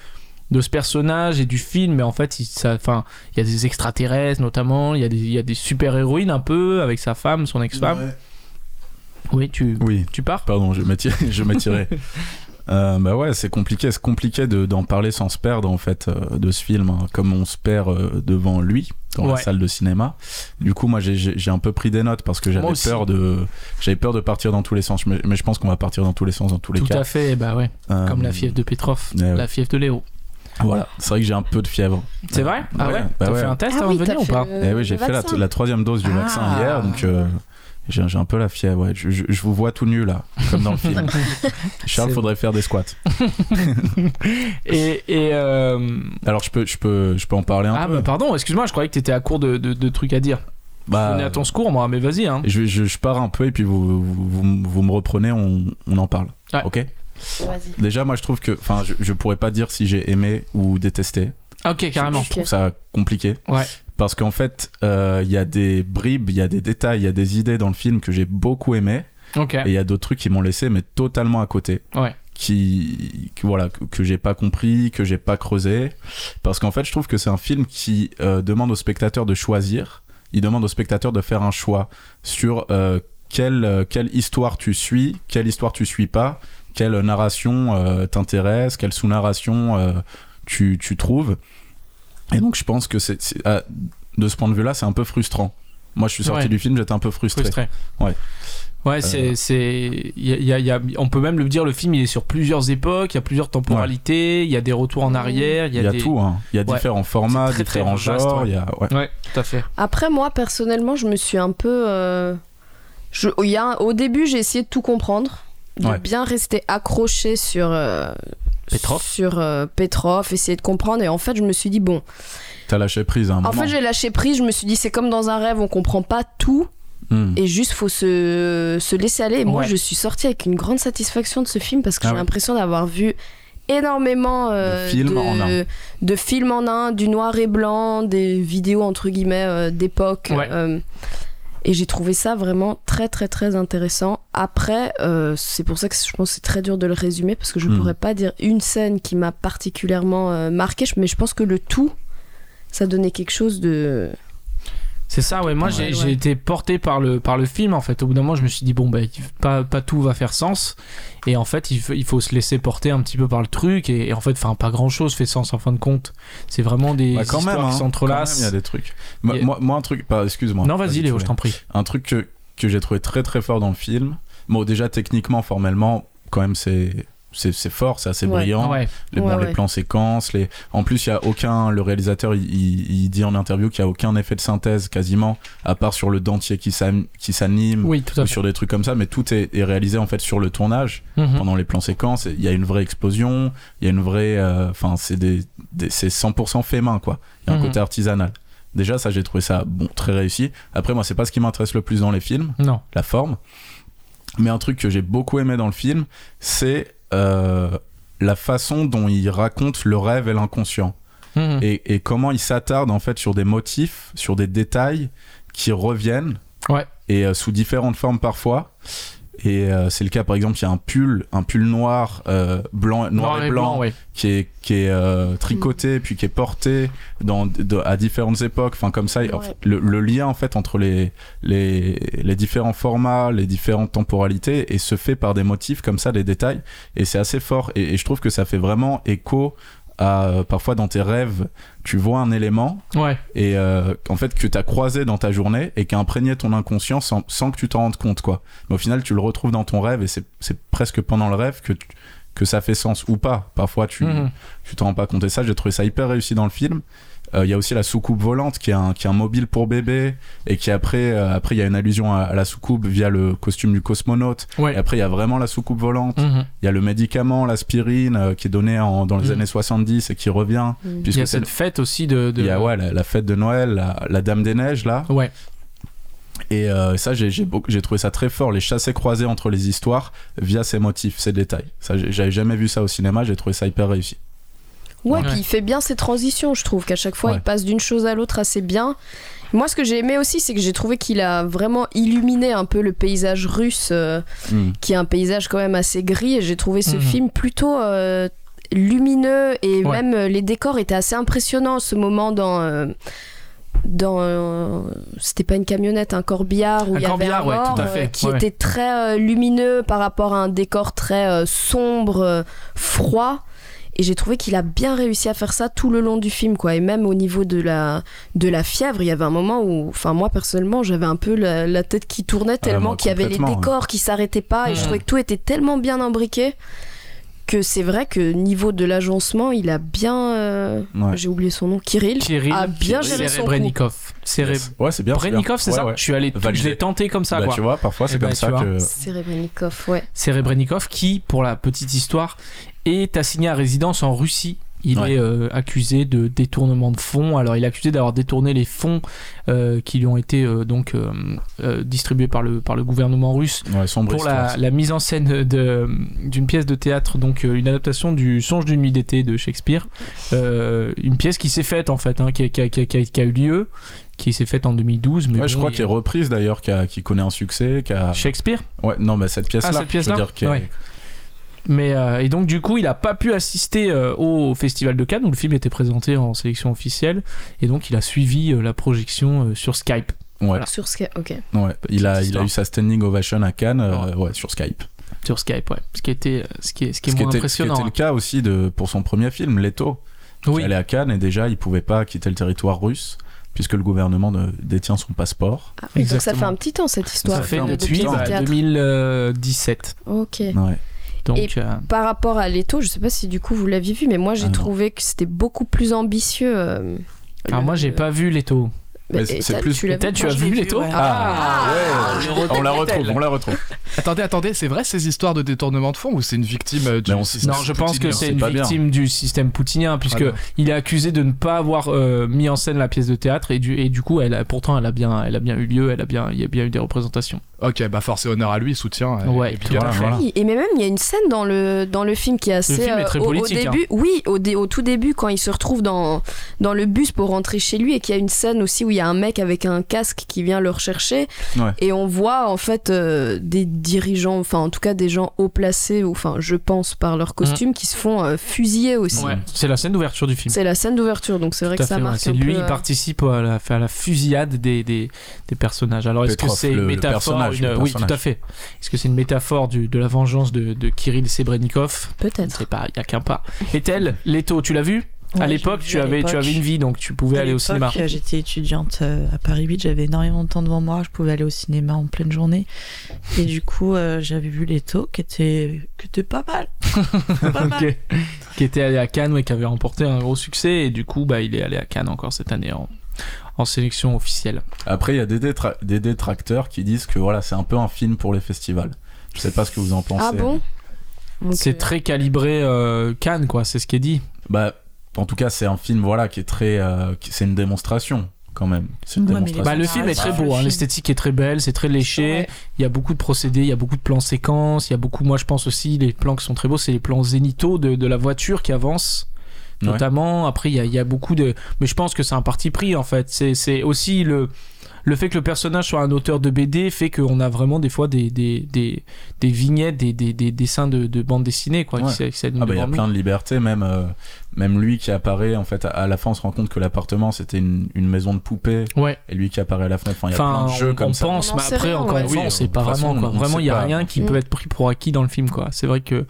Speaker 2: de ce personnage et du film mais en fait il ça- enfin, il y a des extraterrestres notamment il y a des, il y a des super héroïnes un peu avec sa femme son ex-femme oui tu
Speaker 3: Oui,
Speaker 2: tu pars
Speaker 3: pardon, je m'attirais. je m'attirais. Euh, bah ouais, c'est compliqué, c'est compliqué de- d'en parler sans se perdre en fait euh, de ce film, hein, comme on se perd euh, devant lui dans la
Speaker 2: Ouais.
Speaker 3: salle de cinéma. Du coup, moi j'ai- j'ai j'ai un peu pris des notes parce que j'avais
Speaker 2: Moi aussi.
Speaker 3: peur de j'avais peur de partir dans tous les sens. Mais, mais je pense qu'on va partir dans tous les sens dans tous les
Speaker 2: tout
Speaker 3: cas.
Speaker 2: à fait bah ouais
Speaker 3: Euh,
Speaker 2: comme la fièvre de Petrov
Speaker 3: ouais, ouais.
Speaker 2: la fièvre de Léo
Speaker 3: Voilà, c'est vrai que j'ai un peu de fièvre.
Speaker 2: c'est vrai ah
Speaker 3: Ouais,
Speaker 2: ouais
Speaker 3: bah
Speaker 2: t'as
Speaker 3: ouais.
Speaker 2: fait un test
Speaker 4: Ah
Speaker 2: avant
Speaker 4: oui,
Speaker 2: de venir
Speaker 4: t'as
Speaker 2: ou
Speaker 4: fait
Speaker 2: pas
Speaker 4: le-
Speaker 3: Eh oui,
Speaker 4: le
Speaker 3: j'ai fait la,
Speaker 4: vaccin.
Speaker 3: la troisième dose du
Speaker 2: Ah.
Speaker 3: vaccin hier, donc euh, j'ai j'ai un peu la fièvre. ouais. Je, je- je vous vois tout nu là, comme dans le film. Charles,
Speaker 2: C'est-
Speaker 3: faudrait faire des squats.
Speaker 2: et, et euh,
Speaker 3: Alors je peux, je peux, je peux en parler un
Speaker 2: ah
Speaker 3: peu.
Speaker 2: bah pardon excuse-moi je croyais que t'étais à court de, de, de trucs à dire
Speaker 3: Bah,
Speaker 2: on est à ton secours moi mais vas-y hein
Speaker 3: je, je, je pars un peu et puis vous, vous, vous- vous me reprenez, on, on en parle.
Speaker 2: Ouais.
Speaker 3: Ok.
Speaker 4: Vas-y.
Speaker 3: Déjà, moi je trouve que, enfin, je, je pourrais pas dire si j'ai aimé ou détesté.
Speaker 2: Ah, ok carrément
Speaker 3: Je trouve ça compliqué.
Speaker 2: Ouais.
Speaker 3: Parce qu'en fait, euh, il y a des bribes, il y a des détails, il y a des idées dans le film que j'ai beaucoup aimé.
Speaker 2: ok
Speaker 3: Et il y a d'autres trucs qui m'ont laissé, mais totalement à côté.
Speaker 2: Ouais.
Speaker 3: Qui, que- voilà, que, que j'ai pas compris, que j'ai pas creusé. Parce qu'en fait, je trouve que c'est un film qui euh, demande au spectateur de choisir. Il demande au spectateur de faire un choix sur euh, quelle, euh, quelle histoire tu suis, quelle histoire tu suis pas, quelle narration euh, t'intéresse, quelle sous-narration euh, tu, tu trouves. Et donc, je pense que c'est, c'est- ah, de ce point de vue-là, c'est un peu frustrant. Moi, je suis sorti
Speaker 2: Ouais.
Speaker 3: du film, j'étais un peu frustré.
Speaker 2: frustré.
Speaker 3: Ouais. Euh.
Speaker 2: Ouais, c'est. c'est- il y a- il y a- il y a- on peut même le dire, le film, il est sur plusieurs époques, il y a plusieurs temporalités, il y a des retours en arrière, il
Speaker 3: Il y a,
Speaker 2: des-
Speaker 3: tout, hein. il y a
Speaker 2: Ouais.
Speaker 3: différents formats,
Speaker 2: C'est très, très
Speaker 3: différents
Speaker 2: vaste,
Speaker 3: genres.
Speaker 2: ouais.
Speaker 3: Il y a... ouais.
Speaker 2: Ouais, tout à fait.
Speaker 4: Après, moi, personnellement, je me suis un peu. euh, je- il y a- au début, j'ai essayé de tout comprendre, de
Speaker 3: Ouais.
Speaker 4: bien rester accroché sur. euh,
Speaker 2: Petrov.
Speaker 4: Sur euh, Petrov, essayer de comprendre. Et en fait, je me suis dit, bon.
Speaker 3: T'as lâché prise à un
Speaker 4: En
Speaker 3: moment.
Speaker 4: fait, j'ai lâché prise. Je me suis dit, c'est comme dans un rêve, on comprend pas tout.
Speaker 3: Hmm.
Speaker 4: Et juste, faut se, se laisser aller. Et moi,
Speaker 2: Ouais.
Speaker 4: je suis sortie avec une grande satisfaction de ce film parce que
Speaker 3: Ah
Speaker 4: j'ai
Speaker 3: ouais.
Speaker 4: l'impression d'avoir vu énormément euh,
Speaker 3: De films
Speaker 4: de,
Speaker 3: en un.
Speaker 4: de films en un, du noir et blanc, des vidéos entre guillemets euh, d'époque.
Speaker 2: Ouais.
Speaker 4: euh, et j'ai trouvé ça vraiment très très très intéressant. Après, euh, c'est pour ça que je pense que c'est très dur de le résumer parce que je
Speaker 3: Hmm.
Speaker 4: pourrais pas dire une scène qui m'a particulièrement euh, marqué, mais je pense que le tout, ça donnait quelque chose de.
Speaker 2: C'est ça, ouais. Moi, j'ai
Speaker 4: Ouais.
Speaker 2: j'ai été porté par le, par le film, en fait. Au bout d'un moment, je me suis dit, bon, bah, il- pas, pas tout va faire sens. Et en fait, il faut, il faut se laisser porter un petit peu par le truc. Et, et en fait, enfin, pas grand chose fait sens en fin de compte. C'est vraiment des
Speaker 3: Bah, quand
Speaker 2: histoires
Speaker 3: même, hein.
Speaker 2: qui
Speaker 3: Quand même, il
Speaker 2: s'entrelacent.
Speaker 3: y a des trucs. Moi,
Speaker 2: Il y a-
Speaker 3: moi, moi, un truc, pas, excuse-moi.
Speaker 2: Non,
Speaker 3: pas
Speaker 2: vas-y,
Speaker 3: du
Speaker 2: Léo,
Speaker 3: tout,
Speaker 2: je
Speaker 3: mais-
Speaker 2: t'en prie.
Speaker 3: Un truc que, que j'ai trouvé très très fort dans le film. Bon, déjà techniquement, formellement, quand même, c'est. C'est c'est fort, c'est assez
Speaker 4: Ouais.
Speaker 3: brillant.
Speaker 2: Ouais,
Speaker 3: Les, bons-
Speaker 4: Ouais,
Speaker 3: les
Speaker 4: ouais.
Speaker 3: plans séquences. Les... En plus, il y a aucun. Le réalisateur, il, il- il dit en interview qu'il n'y a aucun effet de synthèse quasiment, à part sur le dentier qui s'am- qui s'anime,
Speaker 2: oui, tout à
Speaker 3: ou
Speaker 2: fait.
Speaker 3: sur des trucs comme ça. Mais tout est- est réalisé en fait sur le tournage.
Speaker 2: Mhm.
Speaker 3: pendant les plans séquences. Il y a une vraie explosion, il y a une vraie. euh, Enfin, c'est des, des- c'est 100% fait main, quoi. Il y a un
Speaker 2: Mhm.
Speaker 3: côté artisanal. Déjà, ça, j'ai trouvé ça bon, très réussi. Après, moi, c'est pas ce qui m'intéresse le plus dans les films,
Speaker 2: Non.
Speaker 3: la forme. Mais un truc que j'ai beaucoup aimé dans le film, c'est euh, la façon dont il raconte le rêve et l'inconscient
Speaker 2: Mhm.
Speaker 3: et, et comment ils s'attardent en fait sur des motifs, sur des détails qui reviennent
Speaker 2: Ouais.
Speaker 3: et euh, sous différentes formes parfois. Et euh, c'est le cas par exemple, il y a un pull, un pull noir, euh, blanc, noir, et blanc,
Speaker 2: ouais.
Speaker 3: qui est, qui est euh, tricoté puis qui est porté dans, de- à différentes époques. Enfin comme ça, et en
Speaker 4: Ouais.
Speaker 3: fait, le, le lien en fait entre les, les, les différents formats, les différentes temporalités et se fait par des motifs comme ça, des détails. Et c'est assez fort. Et, et je trouve que ça fait vraiment écho à euh, parfois dans tes rêves, tu vois un élément
Speaker 2: Ouais.
Speaker 3: et euh, en fait que t'as croisé dans ta journée et qui a imprégné ton inconscient sans, sans que tu t'en rendes compte quoi. Mais au final tu le retrouves dans ton rêve et c'est c'est presque pendant le rêve que tu- que ça fait sens ou pas. Parfois tu
Speaker 2: Mhm.
Speaker 3: tu t'en rends pas compte et ça j'ai trouvé ça hyper réussi dans le film. Euh, Il y a aussi la soucoupe volante qui est un qui est un mobile pour bébé et qui après euh, après il y a une allusion à, à la soucoupe via le costume du cosmonaute et
Speaker 2: Ouais.
Speaker 3: après il y a vraiment la soucoupe volante.
Speaker 2: Mhm.
Speaker 3: Il y a le médicament, l'aspirine euh, qui est donné en- dans les
Speaker 2: Mhm.
Speaker 3: années 70 et qui revient
Speaker 4: Mhm.
Speaker 2: Il y a
Speaker 3: puisque c'est
Speaker 2: cette fête aussi de. de-
Speaker 3: il y a ouais, la, la fête de Noël, la, la Dame des Neiges là,
Speaker 2: Ouais.
Speaker 3: et Et euh, ça, j'ai j'ai beaucoup- j'ai trouvé ça très fort, les chassés croisés entre les histoires via ces motifs, ces détails. Ça, j'ai- j'avais jamais vu ça au cinéma, j'ai trouvé ça hyper réussi.
Speaker 4: Ouais,
Speaker 2: Ouais.
Speaker 4: puis il fait bien ses transitions, je trouve qu'à chaque fois
Speaker 3: Ouais.
Speaker 4: il passe d'une chose à l'autre assez bien. Moi, ce que j'ai aimé aussi, c'est que j'ai trouvé qu'il a vraiment illuminé un peu le paysage russe, euh,
Speaker 3: Mm.
Speaker 4: qui est un paysage quand même assez gris, et j'ai trouvé ce
Speaker 2: Mhm.
Speaker 4: film plutôt euh, lumineux, et
Speaker 2: Ouais.
Speaker 4: même euh, les décors étaient assez impressionnants. Ce moment dans. euh, dans euh, c'était pas une camionnette un corbillard où
Speaker 2: Un
Speaker 4: il y avait un
Speaker 2: corbillard, ouais,
Speaker 4: mort,
Speaker 2: tout à
Speaker 4: euh,
Speaker 2: fait,
Speaker 4: qui
Speaker 2: ouais, ouais.
Speaker 4: était très euh, lumineux par rapport à un décor très euh, sombre euh, froid et j'ai trouvé qu'il a bien réussi à faire ça tout le long du film quoi et même au niveau de la de la fièvre il y avait un moment où enfin moi personnellement j'avais un peu la, la tête qui
Speaker 2: Ah,
Speaker 4: tournait tellement
Speaker 3: moi,
Speaker 4: qu'il y avait les
Speaker 3: complètement,
Speaker 4: décors qui s'arrêtaient pas et je
Speaker 2: Mhm.
Speaker 4: trouvais que tout était tellement bien imbriqué que c'est vrai que niveau de l'agencement il a bien euh,
Speaker 3: Ouais.
Speaker 4: j'ai oublié son nom Kirill
Speaker 2: Kirill
Speaker 4: a Ah, bien
Speaker 3: Kirill
Speaker 4: géré son coup
Speaker 2: Serebrennikov. Sereb-
Speaker 3: Ouais, c'est bien.
Speaker 2: Brennikov, c'est
Speaker 3: bien.
Speaker 2: ça
Speaker 3: Ouais, ouais.
Speaker 2: Je suis allé,
Speaker 3: Validé.
Speaker 2: je l'ai tenté comme ça,
Speaker 3: Bah,
Speaker 2: quoi.
Speaker 3: tu vois, parfois
Speaker 2: Eh
Speaker 3: c'est
Speaker 2: ben,
Speaker 3: comme
Speaker 2: tu
Speaker 3: ça
Speaker 2: vois.
Speaker 3: que.
Speaker 4: Serebrennikov ouais
Speaker 2: Serebrennikov, qui, pour la petite histoire, est assigné à résidence en Russie. Il
Speaker 3: Ouais.
Speaker 2: est euh, accusé de détournement de fonds. Alors, il est accusé d'avoir détourné les fonds euh, qui lui ont été euh, donc euh, euh, distribués par le, par le gouvernement russe
Speaker 3: Ouais, sombre
Speaker 2: pour
Speaker 3: histoire,
Speaker 2: la, la mise en scène de- d'une pièce de théâtre, donc euh, une adaptation du Songe d'une nuit d'été de Shakespeare. Euh, une pièce qui s'est faite en fait, hein, qui, a, qui a- qui a- qui a- qui a eu lieu, qui s'est faite en 2012. Mais
Speaker 3: Ouais, je
Speaker 2: bon,
Speaker 3: crois
Speaker 2: il-
Speaker 3: qu'elle est reprise d'ailleurs, qui a- qui connaît un succès, qui a-
Speaker 2: Shakespeare.
Speaker 3: Ouais, non, mais cette pièce-là.
Speaker 2: Ah, cette
Speaker 3: je veux
Speaker 2: pièce-là
Speaker 3: dire qu'elle-
Speaker 2: Ouais. Mais, euh, et donc, du coup, il n'a pas pu assister euh, au Festival de Cannes où le film était présenté en sélection officielle. Et donc, il a suivi euh, la projection euh, sur Skype.
Speaker 3: Ouais,
Speaker 2: Voilà.
Speaker 4: sur ce que- ok
Speaker 3: ouais. Il a, il a
Speaker 2: histoire.
Speaker 3: eu sa standing ovation à Cannes, euh, ouais, sur Skype.
Speaker 2: Sur Skype, ouais. Ce qui, était, euh, ce qui est, ce qui est
Speaker 3: ce, qui était, ce
Speaker 2: moins
Speaker 3: qui
Speaker 2: impressionnant.
Speaker 3: était le cas aussi de, pour son premier film, Leto.
Speaker 2: hein.
Speaker 3: qui
Speaker 2: Oui.
Speaker 3: allait à Cannes et déjà, il pouvait pas quitter le territoire russe, puisque le gouvernement ne- détient son passeport.
Speaker 4: Ah oui, donc ça
Speaker 2: Exactement.
Speaker 4: fait un petit temps cette histoire
Speaker 2: Ça fait
Speaker 3: Depuis
Speaker 2: depuis bah,
Speaker 4: 2004.
Speaker 2: 2017.
Speaker 4: ok
Speaker 3: Ouais.
Speaker 2: Donc,
Speaker 4: Et-
Speaker 2: euh,
Speaker 4: par rapport à l'étau, je sais pas si du coup vous l'aviez vu, mais moi j'ai
Speaker 3: Ah non.
Speaker 4: trouvé que c'était beaucoup plus ambitieux. euh,
Speaker 2: alors
Speaker 4: le-
Speaker 2: Ah, moi, j'ai pas vu les taux.
Speaker 4: Mais
Speaker 3: Mais c'est-
Speaker 4: et
Speaker 3: c'est
Speaker 4: ça,
Speaker 3: plus-
Speaker 4: tu l'as
Speaker 2: Peut-être
Speaker 4: vu
Speaker 2: tu as
Speaker 5: je
Speaker 2: vu
Speaker 5: l'ai
Speaker 2: les
Speaker 5: vu,
Speaker 2: taux
Speaker 5: ouais.
Speaker 3: Ah,
Speaker 2: Le
Speaker 3: ouais.
Speaker 2: retour
Speaker 3: On la
Speaker 2: des
Speaker 3: retrouve,
Speaker 2: tels.
Speaker 3: on la retrouve.
Speaker 6: Attendez, attendez, c'est vrai ces histoires de détournement de fonds ou c'est une victime euh, du
Speaker 3: Mais on-
Speaker 6: système
Speaker 2: Non, je pense que
Speaker 6: poutinien
Speaker 2: c'est
Speaker 3: c'est
Speaker 2: une
Speaker 3: pas bien. Ah
Speaker 2: victime du système poutinien, puisque
Speaker 6: Voilà.
Speaker 2: il est accusé de ne pas avoir euh, mis en scène la pièce de théâtre et du, et du coup, elle a, pourtant, elle a bien, elle a bien eu lieu, elle a bien, il y a bien eu des représentations.
Speaker 6: Ok, bah force et honneur à lui, soutien. et-
Speaker 2: Ouais,
Speaker 6: et big
Speaker 2: tout à
Speaker 6: up.
Speaker 3: Voilà, voilà.
Speaker 4: Oui, Et mais même il y a une scène dans le dans le film qui est assez
Speaker 2: Ah. film est
Speaker 4: euh,
Speaker 2: très
Speaker 4: au- au,
Speaker 2: politique, hein.
Speaker 4: début. Oui, au, dé- au tout début quand il se retrouve dans dans le bus pour rentrer chez lui et qu'il y a une scène aussi où il y a un mec avec un casque qui vient le rechercher
Speaker 3: Ouais.
Speaker 4: et on voit en fait euh, des dirigeants, enfin en tout cas des gens haut placés ou enfin je pense par leur costume qui se font euh, fusiller aussi.
Speaker 2: Mmh. Ouais. Mm. C'est la scène d'ouverture du film.
Speaker 4: C'est la scène d'ouverture donc c'est vrai
Speaker 2: Tout
Speaker 4: que
Speaker 2: à
Speaker 4: ça
Speaker 2: fait, ouais.
Speaker 4: marque
Speaker 2: C'est
Speaker 4: un
Speaker 2: lui,
Speaker 4: peu,
Speaker 2: il
Speaker 4: euh,
Speaker 2: participe à la, à la fusillade des, des, des personnages. Alors, est-ce que
Speaker 3: Petrov,
Speaker 2: c'est une
Speaker 3: le- le
Speaker 2: métaphore
Speaker 3: personnage,
Speaker 2: une-
Speaker 3: le
Speaker 2: Oui, tout
Speaker 3: personnage.
Speaker 2: à fait. Est-ce que c'est une métaphore du- de la vengeance de, de Kirill Sebrenikov Je ne
Speaker 4: peut-être.
Speaker 2: sais pas, il n'y a qu'un pas. Et elle, Leto, tu l'as vu
Speaker 5: Ouais,
Speaker 2: À
Speaker 5: je
Speaker 2: l'époque,
Speaker 5: l'ai vu
Speaker 2: tu
Speaker 5: à
Speaker 2: avais, tu
Speaker 5: l'époque.
Speaker 2: avais une vie, donc tu pouvais
Speaker 5: À
Speaker 2: aller au cinéma.
Speaker 5: l'époque, euh, J'étais étudiante euh, à Paris 8, j'avais énormément de temps devant moi, je pouvais aller au cinéma en pleine journée. Et du coup, euh, j'avais vu les taux qui étaient, qui étaient pas mal. pas mal.
Speaker 2: Ok. qui était allé à Cannes et qui avait remporté un gros succès et du coup bah il est allé à Cannes encore cette année en, en sélection officielle.
Speaker 3: Après, il y a des, détra- des détracteurs qui disent que voilà, c'est un peu un film pour les festivals. Je sais pas ce que vous en pensez.
Speaker 4: Ah bon Ok.
Speaker 2: C'est très calibré euh, Cannes quoi, c'est ce qui est dit.
Speaker 3: Bah, en tout cas, c'est un film voilà qui est très, euh, qui- c'est une démonstration quand même. C'est une
Speaker 5: Ouais, mais les-
Speaker 3: démonstration.
Speaker 2: Bah, le
Speaker 5: Ah,
Speaker 2: film
Speaker 5: c'est
Speaker 2: est très
Speaker 5: ça.
Speaker 2: beau,
Speaker 5: Le
Speaker 2: hein,
Speaker 5: film.
Speaker 2: l'esthétique est très belle, c'est très léché.
Speaker 5: Ouais.
Speaker 2: Il y a beaucoup de procédés, il y a beaucoup de plans séquences, il y a beaucoup. Moi je pense aussi les plans qui sont très beaux, c'est les plans zénithaux de, de la voiture qui avance.
Speaker 3: Ouais.
Speaker 2: Notamment, après, il y, a, il y a beaucoup de. Mais je pense que c'est un parti pris, en fait. C'est- C'est aussi le, le fait que le personnage soit un auteur de BD fait qu'on a vraiment des fois des, des, des, des vignettes, des, des, des dessins de, de bande dessinée, quoi.
Speaker 3: Ouais.
Speaker 2: Qui, s'a- qui s'alignent
Speaker 3: Ah bah, il y a
Speaker 2: devant nous.
Speaker 3: plein de libertés, même, euh, même lui qui apparaît, en fait, à, à la fin, on se rend compte que l'appartement, c'était une, une maison de poupée,
Speaker 2: Ouais.
Speaker 3: et lui qui apparaît à la fenêtre, enfin, il y a
Speaker 2: Enfin,
Speaker 3: plein de jeux
Speaker 2: on,
Speaker 3: comme
Speaker 2: on
Speaker 3: ça.
Speaker 2: pense,
Speaker 4: On en
Speaker 2: mais
Speaker 4: sait
Speaker 2: après,
Speaker 4: rien,
Speaker 2: encore
Speaker 4: ouais.
Speaker 2: une fois,
Speaker 3: Oui,
Speaker 2: on sait
Speaker 3: de
Speaker 2: pas
Speaker 3: toute
Speaker 2: vraiment.
Speaker 3: façon,
Speaker 2: quoi.
Speaker 3: on
Speaker 2: Vraiment,
Speaker 3: sait
Speaker 2: il y a
Speaker 3: pas.
Speaker 2: rien qui
Speaker 4: Mm.
Speaker 2: peut être pris pour acquis dans le film. quoi. C'est vrai que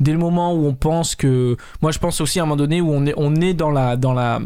Speaker 2: dès le moment où on pense que. Moi, je pense aussi à un moment donné où on est, on est dans la. Dans la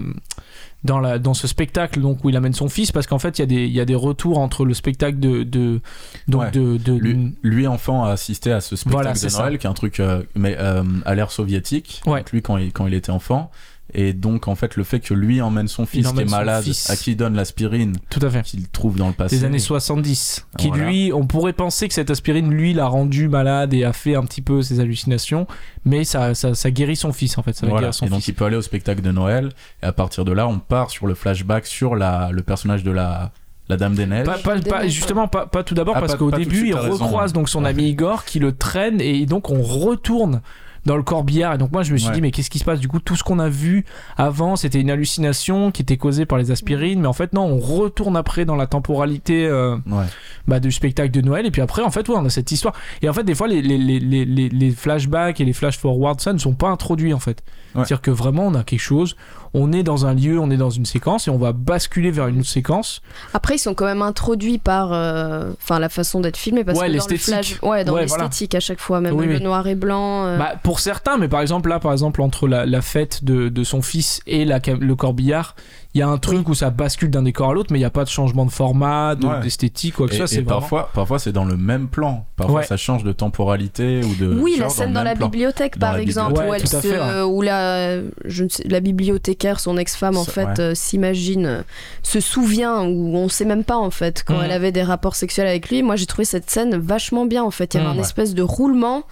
Speaker 2: dans, la, dans ce spectacle donc où il amène son fils parce qu'en fait il y, a des- il y a des retours entre le spectacle de, de, donc
Speaker 3: Ouais.
Speaker 2: de, de-
Speaker 3: Lui, lui, enfant, a assisté à ce spectacle
Speaker 2: Mm. Voilà,
Speaker 3: de
Speaker 2: c'est
Speaker 3: Noël, qui est un truc euh, mais, euh, à l'ère soviétique,
Speaker 2: Ouais.
Speaker 3: donc lui, quand il, quand il était enfant. Et donc, en fait, le fait que lui emmène son fils qui est
Speaker 2: emmène son
Speaker 3: malade,
Speaker 2: fils.
Speaker 3: à qui il donne l'aspirine
Speaker 2: tout à fait
Speaker 3: qu'il trouve dans le passé.
Speaker 2: des années 70 qui
Speaker 3: Voilà.
Speaker 2: lui on pourrait penser que cette aspirine lui l'a rendu malade et a fait un petit peu ses hallucinations mais ça, ça, ça guérit son fils en fait ça va
Speaker 3: Voilà.
Speaker 2: guérir son
Speaker 3: Et donc
Speaker 2: fils
Speaker 3: il peut aller au spectacle de Noël et à partir de là on part sur le flashback sur la, le personnage de la La Dame des Neiges.
Speaker 2: Pas- pas- pas- justement, pas, pas tout d'abord,
Speaker 3: Ah,
Speaker 2: parce
Speaker 3: pas-
Speaker 2: qu'au
Speaker 3: pas tout de
Speaker 2: début,
Speaker 3: suite,
Speaker 2: il
Speaker 3: t'as raison,
Speaker 2: recroise
Speaker 3: ouais.
Speaker 2: donc son
Speaker 3: Ouais.
Speaker 2: ami Igor qui le traîne et donc on retourne dans le corbillard. Et donc moi, je me suis
Speaker 3: Ouais.
Speaker 2: dit, mais qu'est-ce qui se passe Du coup, tout ce qu'on a vu avant, c'était une hallucination qui était causée par les aspirines. Mais en fait, non, on retourne après dans la temporalité euh,
Speaker 3: Ouais.
Speaker 2: bah, du spectacle de Noël. Et puis après, en fait, ouais, on a cette histoire. Et en fait, des fois, les, les, les, les, les- les flashbacks et les flash-forwards, ça ne sont pas introduits, en fait.
Speaker 3: Ouais.
Speaker 2: C'est-à-dire que vraiment, on a quelque chose, on est dans un lieu, on est dans une séquence, et on va basculer vers une autre séquence.
Speaker 4: Après, ils sont quand même introduits par euh, enfin la façon d'être filmé. Parce
Speaker 2: Ouais,
Speaker 4: que dans le
Speaker 2: l'esthétique.
Speaker 4: flash, ouais, dans
Speaker 2: Ouais, voilà.
Speaker 4: l'esthétique à chaque fois, même
Speaker 2: Oui,
Speaker 4: le
Speaker 2: oui.
Speaker 4: noir et blanc. euh,
Speaker 2: Bah, pour certains, mais par exemple, là, par exemple, entre la, la fête de, de son fils et la, ca- le corbillard, il y a un truc où ça bascule d'un décor à l'autre, mais il n'y a pas de changement de format, de-
Speaker 3: Ouais.
Speaker 2: d'esthétique, quoi que
Speaker 3: Et,
Speaker 2: ce soit.
Speaker 3: et
Speaker 2: C'est vraiment...
Speaker 3: parfois, parfois c'est dans le même plan. Parfois
Speaker 2: Ouais.
Speaker 3: ça change de temporalité ou de.
Speaker 4: oui, la
Speaker 3: Euh, genre
Speaker 4: scène
Speaker 3: le
Speaker 4: dans
Speaker 3: même
Speaker 4: la
Speaker 3: plan.
Speaker 4: bibliothèque,
Speaker 3: Dans
Speaker 4: par
Speaker 3: la
Speaker 4: exemple,
Speaker 2: bibliothèque.
Speaker 4: où,
Speaker 2: Ouais,
Speaker 4: elle
Speaker 2: tout à
Speaker 4: se-
Speaker 2: fait, ouais.
Speaker 4: où la, je ne sais- la bibliothécaire, son ex-femme, en
Speaker 3: Ça,
Speaker 4: fait,
Speaker 3: ouais.
Speaker 4: euh, s'imagine, euh, se souvient, ou on ne sait même pas, en fait, quand
Speaker 2: Mhm.
Speaker 4: elle avait des rapports sexuels avec lui. Moi, j'ai trouvé cette scène vachement bien, en fait. Il y avait
Speaker 2: Mhm,
Speaker 4: un
Speaker 2: ouais.
Speaker 4: espèce de roulement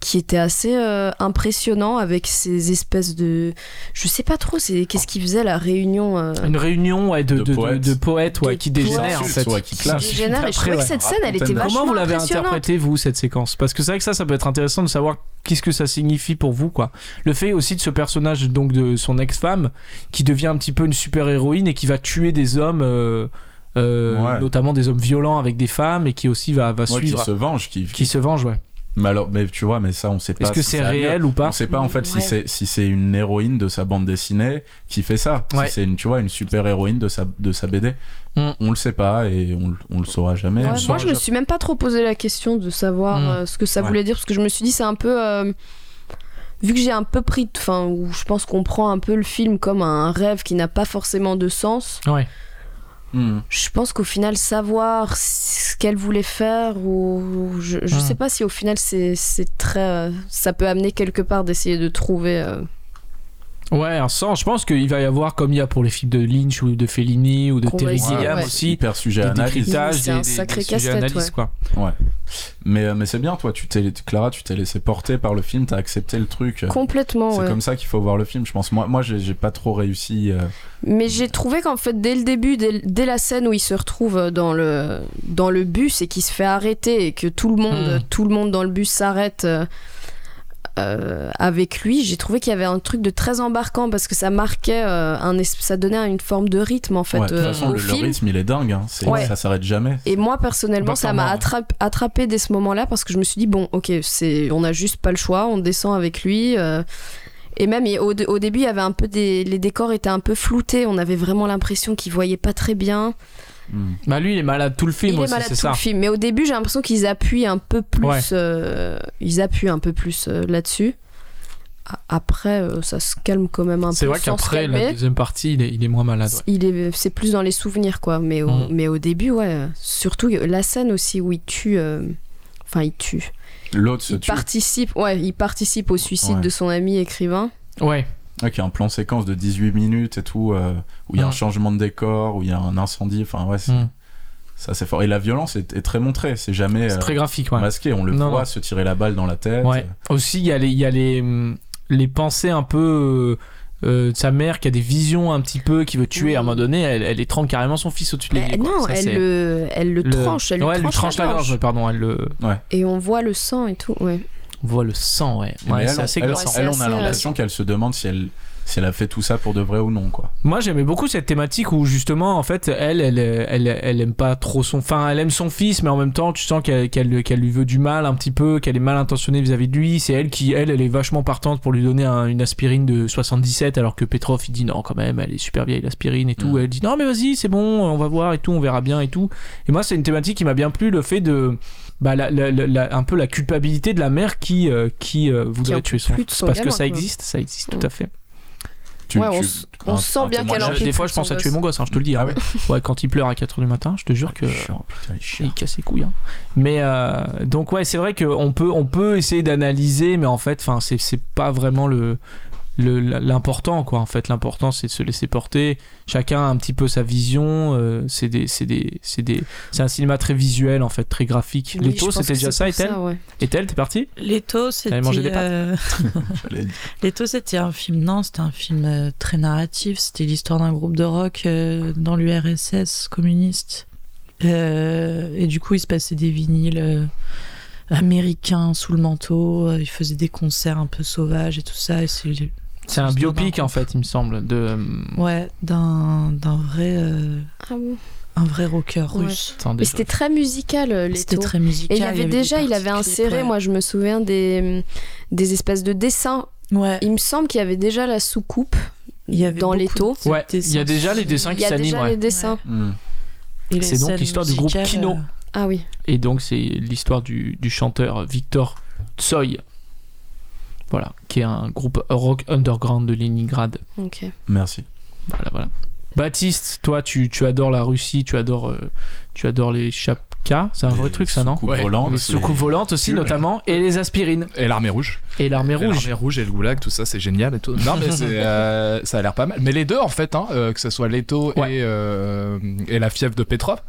Speaker 4: qui était assez euh, impressionnant avec ces espèces de. Je sais pas trop, c'est qu'est-ce qu'ils faisaient, la réunion. euh,
Speaker 2: Une réunion ouais, de,
Speaker 3: De
Speaker 2: de- de-
Speaker 3: poètes.
Speaker 2: de poètes ouais,
Speaker 4: De
Speaker 2: qui dégénèrent, en
Speaker 3: poètes.
Speaker 2: fait.
Speaker 3: Ouais, qui clashent.
Speaker 4: qui dégénère, et je
Speaker 2: Après,
Speaker 4: trouvais que
Speaker 2: ouais.
Speaker 4: cette scène, elle était
Speaker 3: Raconte-nous.
Speaker 4: vachement
Speaker 2: Comment vous l'avez
Speaker 4: impressionnante.
Speaker 2: interprété vous cette séquence Parce que c'est vrai que ça, ça peut être intéressant de savoir qu'est-ce que ça signifie pour vous, quoi. Le fait aussi de ce personnage donc de son ex-femme qui devient un petit peu une super héroïne et qui va tuer des hommes, euh, euh,
Speaker 3: Ouais.
Speaker 2: notamment des hommes violents avec des femmes et qui aussi va va
Speaker 3: Ouais, qui
Speaker 2: suivre,
Speaker 3: se venge, qui.
Speaker 2: qui se venge, ouais.
Speaker 3: Mais alors, mais tu vois, mais ça on sait pas.
Speaker 2: Est-ce que
Speaker 3: si
Speaker 2: c'est
Speaker 3: ça a lieu.
Speaker 2: réel ou
Speaker 3: On
Speaker 2: pas
Speaker 3: sait pas en fait si
Speaker 4: Ouais.
Speaker 3: c'est si c'est une héroïne de sa bande dessinée qui fait ça.
Speaker 2: Ouais.
Speaker 3: Si c'est une tu vois une super héroïne de sa de sa BD.
Speaker 2: Mm.
Speaker 3: On le sait pas et on, le- on le saura jamais.
Speaker 4: Ouais,
Speaker 3: On le
Speaker 4: moi,
Speaker 3: saura
Speaker 4: je me
Speaker 3: jamais.
Speaker 4: suis même pas trop posé la question de savoir
Speaker 2: Mm.
Speaker 4: euh, ce que ça
Speaker 3: Ouais.
Speaker 4: voulait dire, parce que je me suis dit, c'est un peu. euh, vu que j'ai un peu pris. Enfin, où je pense qu'on prend un peu le film comme un rêve qui n'a pas forcément de sens,
Speaker 2: Ouais.
Speaker 3: Mm.
Speaker 4: je pense qu'au final, savoir ce qu'elle voulait faire, ou. Je, je
Speaker 2: Mm.
Speaker 4: sais pas si au final, c'est c'est très. euh, ça peut amener quelque part d'essayer de trouver. euh,
Speaker 2: Ouais, un sens. Je pense qu'il va y avoir, comme il y a pour les films de Lynch ou de Fellini ou de
Speaker 4: Qu'on va
Speaker 2: Terry
Speaker 4: essayer,
Speaker 2: Gilliam
Speaker 4: ouais.
Speaker 2: aussi,
Speaker 3: hyper sujet à
Speaker 2: des
Speaker 3: analyse.
Speaker 2: décryptages,
Speaker 4: C'est
Speaker 2: des, des-
Speaker 4: un
Speaker 2: des
Speaker 4: sacré
Speaker 2: sujets
Speaker 4: casse-tête,
Speaker 2: analyses,
Speaker 4: ouais.
Speaker 2: quoi.
Speaker 3: Mais, euh, mais c'est bien, toi, tu t'es, Clara, tu t'es laissé porter par le film, t'as accepté le truc.
Speaker 4: Complètement,
Speaker 3: Euh, c'est
Speaker 4: ouais.
Speaker 3: comme ça qu'il faut voir le film, je pense. Moi, moi j'ai, j'ai pas trop réussi. euh,
Speaker 4: Mais j'ai trouvé qu'en fait, dès le début, dès, dès la scène où il se retrouve euh, dans le, dans le bus et qu'il se fait arrêter et que tout le monde,
Speaker 3: Hmm.
Speaker 2: Mm.
Speaker 4: tout le monde dans le bus s'arrête euh, euh, avec lui, j'ai trouvé qu'il y avait un truc de très embarquant parce que ça marquait, euh, un es- ça donnait une forme de rythme en fait
Speaker 3: ouais, de toute
Speaker 4: euh,
Speaker 3: façon,
Speaker 4: au
Speaker 3: le, le
Speaker 4: film.
Speaker 3: rythme, il est dingue. hein. C'est,
Speaker 4: Ouais.
Speaker 3: Ça s'arrête jamais.
Speaker 4: Et moi personnellement, ça m'a
Speaker 2: Embarquement,
Speaker 4: attrap- attrapé dès ce moment-là parce que je me suis dit bon, ok, c'est, on a juste pas le choix, on descend avec lui. euh, et même il- au, dé- au début, il y avait un peu des, les décors étaient un peu floutés, on avait vraiment l'impression qu'il voyait pas très bien.
Speaker 3: Mm.
Speaker 2: Bah lui, il est malade tout le film
Speaker 4: il est
Speaker 2: aussi,
Speaker 4: malade
Speaker 2: c'est
Speaker 4: tout
Speaker 2: ça.
Speaker 4: le film. Mais au début, j'ai l'impression qu'ils appuient un peu plus.
Speaker 2: Ouais.
Speaker 4: euh, ils appuient un peu plus euh, là-dessus. A- Après, euh, ça se calme quand même un peu.
Speaker 2: C'est vrai
Speaker 4: sans se
Speaker 2: qu'après
Speaker 4: calmer.
Speaker 2: la deuxième partie, il est, il est moins malade. ouais.
Speaker 4: Il est, c'est plus dans les souvenirs, quoi. Mais au,
Speaker 2: Mhm.
Speaker 4: mais au début, ouais. Surtout la scène aussi où il tue. euh, Enfin, il tue.
Speaker 3: L'autre se
Speaker 4: Il
Speaker 3: tue.
Speaker 4: participe, ouais, il participe au suicide
Speaker 3: Ouais.
Speaker 4: de son ami écrivain.
Speaker 2: Ouais,
Speaker 3: Ouais, qui a un plan séquence de 18 minutes et tout, euh, où il y a un
Speaker 2: Mm.
Speaker 3: changement de décor, où il y a un incendie. Enfin, ouais, c'est,
Speaker 2: Mm.
Speaker 3: c'est assez fort. Et la violence est, est très montrée. C'est jamais
Speaker 2: c'est
Speaker 3: euh,
Speaker 2: très graphique. Ouais.
Speaker 3: masqué. On le
Speaker 2: Non,
Speaker 3: voit
Speaker 2: non.
Speaker 3: se tirer la balle dans la tête.
Speaker 2: Ouais. Aussi, il y a les, il y a les, hum, les pensées un peu euh, euh, de sa mère qui a des visions un petit peu, qui veut tuer à un moment donné. Elle, elle étrangle carrément son fils au-dessus de
Speaker 4: Mais
Speaker 2: l'évier. quoi.
Speaker 4: Eh, non,
Speaker 2: Ça,
Speaker 4: elle,
Speaker 2: c'est
Speaker 4: le, elle le, tranche, elle, lui
Speaker 2: Ouais, elle lui
Speaker 4: tranche
Speaker 2: tranche la gorge, pardon. Elle le...
Speaker 4: Et on voit le sang et tout. Ouais.
Speaker 2: on voit le sang, ouais.
Speaker 3: Mais
Speaker 2: Ouais,
Speaker 3: elle,
Speaker 2: c'est
Speaker 3: on-
Speaker 2: assez
Speaker 3: elle,
Speaker 2: glaçant.
Speaker 4: glaçant.
Speaker 3: elle, on
Speaker 4: C'est
Speaker 3: a
Speaker 4: assez, euh,
Speaker 3: l'impression qu'elle se demande si elle, si elle a fait tout ça pour de vrai ou non, quoi.
Speaker 2: Moi, j'aimais beaucoup cette thématique où justement, en fait, elle, elle, elle, elle, elle aime pas trop son. Enfin, elle aime son fils, mais en même temps, tu sens qu'elle qu'elle- qu'elle lui veut du mal un petit peu, qu'elle est mal intentionnée vis-à-vis de lui. C'est elle qui, elle, elle est vachement partante pour lui donner un- une aspirine de 77, alors que Petrov, il dit non, quand même, elle est super vieille, l'aspirine et tout.
Speaker 3: Mm.
Speaker 2: Elle dit non, mais vas-y, c'est bon, on va voir et tout, on verra bien et tout. Et moi, c'est une thématique qui m'a bien plu, le fait de. Bah, la- la- la- la- un peu la culpabilité de la mère qui, euh, qui euh, voudrait
Speaker 4: en
Speaker 2: tuer son fils.
Speaker 4: peut plus de son
Speaker 2: Parce que
Speaker 4: gamin,
Speaker 2: ça
Speaker 4: quoi.
Speaker 2: existe, ça existe tout
Speaker 4: Mm.
Speaker 2: à fait.
Speaker 3: Tu-
Speaker 4: Ouais, on
Speaker 3: tu-
Speaker 4: s- on
Speaker 3: un-
Speaker 4: sent
Speaker 3: un
Speaker 4: bien qu'elle
Speaker 3: témoignage-
Speaker 4: en
Speaker 2: Moi,
Speaker 4: pue
Speaker 2: des fois,
Speaker 4: plus
Speaker 2: je pense
Speaker 4: son
Speaker 2: à tuer
Speaker 4: gosse.
Speaker 2: mon gosse, hein, je te le dis. hein.
Speaker 3: Ah ouais
Speaker 2: Ouais, quand il pleure à 4h du matin, je te jure que.
Speaker 3: Ah, Chiant, putain, il est chiant.
Speaker 2: Il casse les couilles. hein. Mais euh, donc, ouais, c'est vrai qu'on peut, on peut essayer d'analyser, mais en fait, enfin, c'est c'est pas vraiment le. le- l'important quoi en fait l'important c'est de se laisser porter chacun a un petit peu sa vision euh, c'est des c'est des c'est des c'est un cinéma très visuel en fait très graphique
Speaker 4: Oui,
Speaker 2: les
Speaker 4: je
Speaker 2: taux
Speaker 4: pense
Speaker 2: c'était
Speaker 4: que
Speaker 2: déjà
Speaker 4: c'est
Speaker 2: ça
Speaker 4: pour
Speaker 2: Ethel
Speaker 4: ouais.
Speaker 2: Ethel t'es parti
Speaker 5: Leto, c'était.
Speaker 2: T'allais manger des pâtes
Speaker 5: euh,
Speaker 3: J'allais-
Speaker 5: Leto, c'était un film. Non, c'était un film euh, très narratif. C'était l'histoire d'un groupe de rock euh, dans l'URSS communiste. Euh, et du coup, il se passait des vinyles euh, américains sous le manteau. Euh, Ils faisaient des concerts un peu sauvages et tout ça. Et c'est-
Speaker 2: c'est un
Speaker 5: Juste
Speaker 2: biopic
Speaker 5: d'un
Speaker 2: en fait il me semble de euh,
Speaker 5: ouais, d'un d'un vrai, euh,
Speaker 4: Ah bon
Speaker 5: un vrai rocker
Speaker 4: Ouais.
Speaker 5: russe.
Speaker 2: attendez,
Speaker 4: Mais c'était très musical, euh, les
Speaker 5: C'était
Speaker 4: taux.
Speaker 5: très musical.
Speaker 4: Et il y avait
Speaker 5: des
Speaker 4: déjà, il avait
Speaker 5: parties
Speaker 4: inséré,
Speaker 5: clips,
Speaker 4: moi je me souviens des, des espèces de dessins.
Speaker 5: ouais. Ouais.
Speaker 4: Il me semble qu'il y avait déjà la soucoupe
Speaker 5: Il y avait
Speaker 4: dans les
Speaker 5: beaucoup
Speaker 4: taux.
Speaker 5: de
Speaker 2: je- ouais il y
Speaker 5: dessins.
Speaker 2: a déjà les dessins
Speaker 4: Il
Speaker 2: qui
Speaker 4: y a
Speaker 2: s'animent
Speaker 4: déjà les
Speaker 2: ouais.
Speaker 4: dessins.
Speaker 3: Hmm.
Speaker 5: Et les
Speaker 2: C'est donc
Speaker 5: scènes
Speaker 2: l'histoire du groupe
Speaker 5: musicales,
Speaker 2: Kino.
Speaker 5: euh,
Speaker 4: Ah oui.
Speaker 2: et donc c'est l'histoire du, du chanteur Victor Tsoy voilà qui est un groupe rock underground de Leningrad
Speaker 4: Ok.
Speaker 3: Merci.
Speaker 2: Voilà, voilà. Baptiste, toi, tu, tu adores la Russie, tu adores, euh, tu adores les chapkas, c'est un vrai
Speaker 3: Les
Speaker 2: truc ça, non
Speaker 3: soucoupes
Speaker 6: Ouais.
Speaker 3: volantes,
Speaker 2: Les
Speaker 3: les-
Speaker 2: soucoupes volantes aussi,
Speaker 6: Pure.
Speaker 2: notamment, et les aspirines,
Speaker 6: Et l'armée rouge.
Speaker 2: et l'armée
Speaker 6: Et
Speaker 2: rouge.
Speaker 6: L'armée rouge et le goulag, tout ça, c'est génial et tout. Non, mais c'est, euh, ça a l'air pas mal. Mais les deux, en fait, hein, euh, que ce soit Leto
Speaker 2: Ouais.
Speaker 6: et, euh, et la fièvre de Petrov.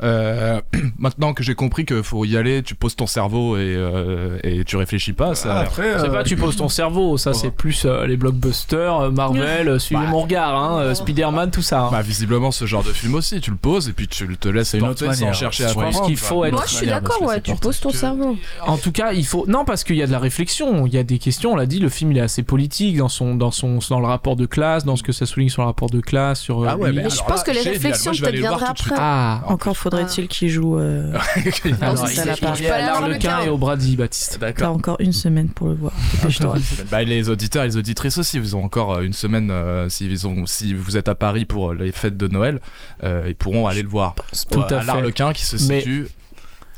Speaker 6: euh, maintenant que j'ai compris que faut y aller, tu poses ton cerveau et, euh, et tu réfléchis pas. Ça bah, a l'air-
Speaker 3: Après,
Speaker 2: Je sais
Speaker 3: euh,
Speaker 2: pas, tu poses ton cerveau, ça c'est plus euh, les blockbusters, euh, Marvel, euh, suivez
Speaker 6: Bah.
Speaker 2: mon regard, hein, euh, Spider-Man, tout ça. hein.
Speaker 6: Bah, visiblement, ce genre de film aussi, tu le poses et puis tu le- te laisses
Speaker 3: C'est une
Speaker 6: porter
Speaker 3: autre
Speaker 6: sans
Speaker 3: manière.
Speaker 6: chercher à
Speaker 3: Je pense
Speaker 6: comprendre,
Speaker 2: qu'il
Speaker 6: tu
Speaker 2: faut
Speaker 6: vois.
Speaker 2: être-
Speaker 4: Moi je suis d'accord, ouais, tu poses ton
Speaker 6: Que-
Speaker 4: cerveau.
Speaker 2: En tout cas, il faut. Non, parce qu'il y a de la réflexion, il y a des questions, on l'a dit, le film il est assez politique dans, son, dans, son, dans le rapport de classe, dans ce que ça souligne sur le rapport de classe, sur. euh,
Speaker 6: Ah ouais,
Speaker 2: les-
Speaker 6: mais
Speaker 4: je
Speaker 6: alors
Speaker 4: pense
Speaker 6: là,
Speaker 4: que les
Speaker 6: génial. Moi,
Speaker 4: réflexions
Speaker 6: je vais aller le voir
Speaker 4: te
Speaker 6: tout de
Speaker 4: viendraient
Speaker 2: Ah
Speaker 5: Encore faudrait-il qu'il joue. euh,
Speaker 6: suite.
Speaker 5: Alors,
Speaker 2: Alors,
Speaker 5: c'est
Speaker 2: il
Speaker 5: ça, la
Speaker 2: s'est
Speaker 5: part.
Speaker 2: changé à l'Arlequin et au Brady, Baptiste.
Speaker 5: T'as
Speaker 6: D'accord.
Speaker 5: encore une semaine pour le voir.
Speaker 2: Ah,
Speaker 5: Dépêche-toi.
Speaker 6: Bah, les auditeurs et les auditrices aussi, ils ont encore euh, une semaine, euh, s'ils ont- si vous êtes à Paris pour euh, les fêtes de Noël, euh, ils pourront aller le voir.
Speaker 2: Tout à fait.
Speaker 6: l'Arlequin qui se
Speaker 2: Mais-
Speaker 6: situe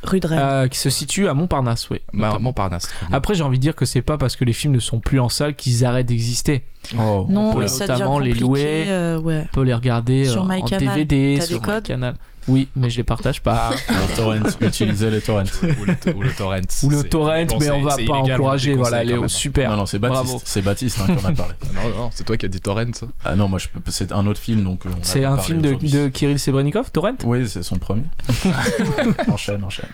Speaker 5: Rue de Rennes.
Speaker 2: Euh, qui se situe à Montparnasse, oui.
Speaker 6: à Montparnasse.
Speaker 2: Après, j'ai envie de dire que c'est pas parce que les films ne sont plus en salle qu'ils arrêtent d'exister.
Speaker 3: Oh.
Speaker 5: non,
Speaker 2: peut
Speaker 5: mais ça
Speaker 2: notamment
Speaker 5: devient
Speaker 2: les
Speaker 5: compliqué,
Speaker 2: louer.
Speaker 5: euh, ouais.
Speaker 2: On peut les regarder
Speaker 5: Sur
Speaker 2: euh, en
Speaker 5: MyCanal.
Speaker 2: DVD,
Speaker 5: T'as
Speaker 2: sur
Speaker 5: des codes
Speaker 2: MyCanal. Oui, mais je les partage
Speaker 6: Ah,
Speaker 2: pas.
Speaker 3: Les torrents, utilisez les torrents.
Speaker 6: ou, le, ou le torrent.
Speaker 2: Ou le
Speaker 6: C'est-
Speaker 2: torrent,
Speaker 6: bon,
Speaker 2: mais
Speaker 6: c'est-
Speaker 2: on va
Speaker 6: c'est
Speaker 2: pas
Speaker 6: illégal, on
Speaker 2: encourager.
Speaker 6: déconseille
Speaker 2: Voilà,
Speaker 6: quand
Speaker 2: Léo,
Speaker 6: même.
Speaker 2: super.
Speaker 3: Non, non, c'est
Speaker 2: Bravo.
Speaker 3: Baptiste, c'est Baptiste hein, qui en a parlé.
Speaker 6: Non, non, c'est toi qui as dit torrent. ça.
Speaker 3: Ah non, moi je peux- c'est un autre film donc. euh, on
Speaker 2: C'est
Speaker 3: a
Speaker 2: un
Speaker 3: parlé
Speaker 2: film de,
Speaker 3: aujourd'hui.
Speaker 2: de Kirill Sebrenikov, Torrent
Speaker 3: Oui, c'est son premier. enchaîne, enchaîne.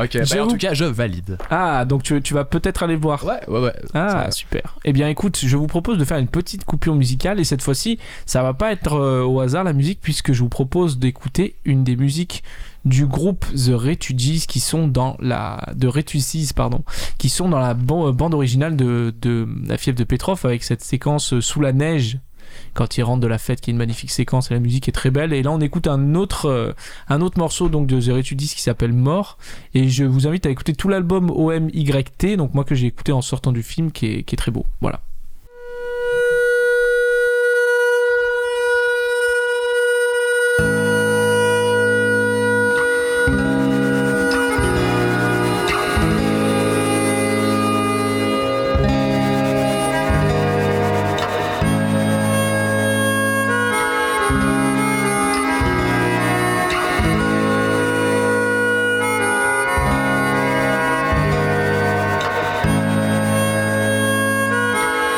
Speaker 6: Ok, bah,
Speaker 2: J'avoue.
Speaker 6: en tout cas, je valide.
Speaker 2: Ah, donc tu, tu vas peut-être aller le voir.
Speaker 6: Ouais, ouais, ouais.
Speaker 2: Ah,
Speaker 6: Ça-
Speaker 2: super. Eh bien, écoute, je vous propose de faire une petite coupure musicale et cette fois-ci, ça va pas être euh, au hasard la musique puisque je vous propose d'écouter une des musiques du groupe The Refugees qui sont dans la de Refugees pardon, qui sont dans la ban- euh, bande originale de, de la fièvre de Petrov avec cette séquence euh, sous la neige. Quand ils rentrent de la fête, qui est une magnifique séquence et la musique est très belle. Et là, on écoute un autre, euh, un autre morceau donc de The Refugees qui s'appelle Mort. Et je vous invite à écouter tout l'album OMYT, donc moi que j'ai écouté en sortant du film, qui est, qui est très beau. Voilà.
Speaker 9: Thank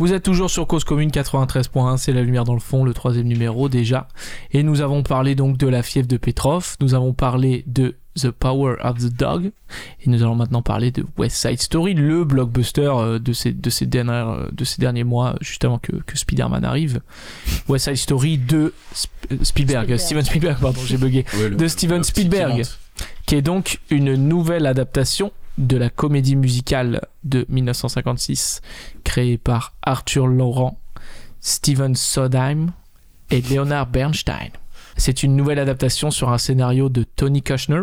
Speaker 2: Vous êtes toujours sur Cause Commune 93.1, c'est la lumière dans le fond, le troisième numéro déjà. Et nous avons parlé donc de la fièvre de Petrov, nous avons parlé de The Power of the Dog, et nous allons maintenant parler de West Side Story, le blockbuster euh, de ces, de ces, dernières, euh, de ces derniers mois, euh, juste avant que, que Spider-Man arrive. West Side Story de Sp- euh, Spielberg,
Speaker 5: Spielberg.
Speaker 2: Steven Spielberg, pardon, j'ai bugué,
Speaker 3: Ouais, le-
Speaker 2: de Steven
Speaker 3: le petit qui
Speaker 2: Spielberg.
Speaker 3: monte.
Speaker 2: qui est donc une nouvelle adaptation de la comédie musicale de 1956 créée par Arthur Laurent, Steven Sondheim et Leonard Bernstein. C'est une nouvelle adaptation sur un scénario de Tony Kushner.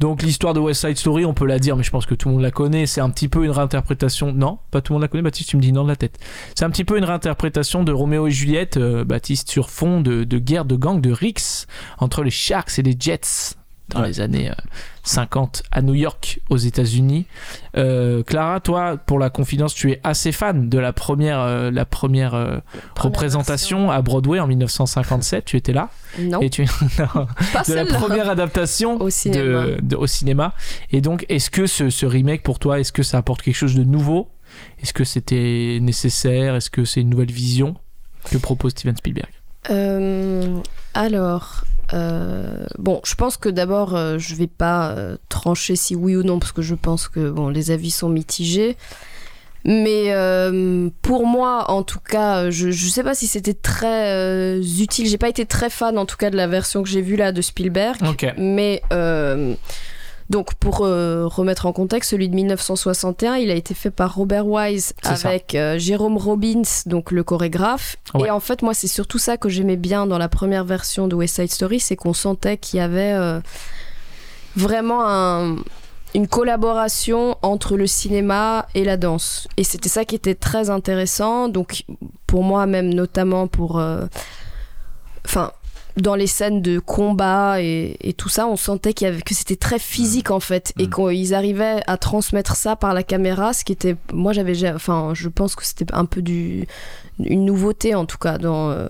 Speaker 2: Donc l'histoire de West Side Story, on peut la dire, mais je pense que tout le monde la connaît. C'est un petit peu une réinterprétation. Non, pas tout le monde la connaît. Baptiste, tu me dis non de la tête. C'est un petit peu une réinterprétation de Roméo et Juliette, euh, Baptiste, sur fond de, de guerre de gang de Rix entre les Sharks et les Jets dans
Speaker 3: Ouais.
Speaker 2: les années euh, 50 à New York, aux États-Unis. Euh, Clara, toi, pour la confidence, tu es assez fan de la première, euh, la première, euh, représentation à Broadway en 1957. tu étais là
Speaker 4: Non,
Speaker 2: et tu non,
Speaker 4: pas
Speaker 2: de la
Speaker 4: celle-là.
Speaker 2: première adaptation
Speaker 4: Au cinéma.
Speaker 2: de- de- au cinéma. Et donc, est-ce que ce, ce remake pour toi, est-ce que ça apporte quelque chose de nouveau Est-ce que c'était nécessaire Est-ce que c'est une nouvelle vision que propose Steven Spielberg
Speaker 4: Euh, alors, euh, bon, je pense que d'abord, euh, je vais pas euh, trancher si oui ou non, parce que je pense que bon, les avis sont mitigés. Mais euh, pour moi, en tout cas, euh, je, je sais pas si c'était très euh, utile. J'ai pas été très fan, en tout cas, de la version que j'ai vue là de Spielberg.
Speaker 2: Ok.
Speaker 4: Mais euh, donc pour euh, remettre en contexte, celui de 1961, il a été fait par Robert Wise
Speaker 2: C'est ça.
Speaker 4: avec euh, Jérôme Robbins, donc le chorégraphe.
Speaker 2: Ouais.
Speaker 4: Et en fait, moi, c'est surtout ça que j'aimais bien dans la première version de West Side Story, c'est qu'on sentait qu'il y avait euh, vraiment un- une collaboration entre le cinéma et la danse. Et c'était ça qui était très intéressant. Donc pour moi même notamment pour euh, enfin dans les scènes de combat et, et tout ça on sentait qu'il y avait, que c'était très physique en fait et
Speaker 3: Mm.
Speaker 4: qu'ils arrivaient à transmettre ça par la caméra ce qui était moi j'avais ja- enfin je pense que c'était un peu du une nouveauté en tout cas dans euh,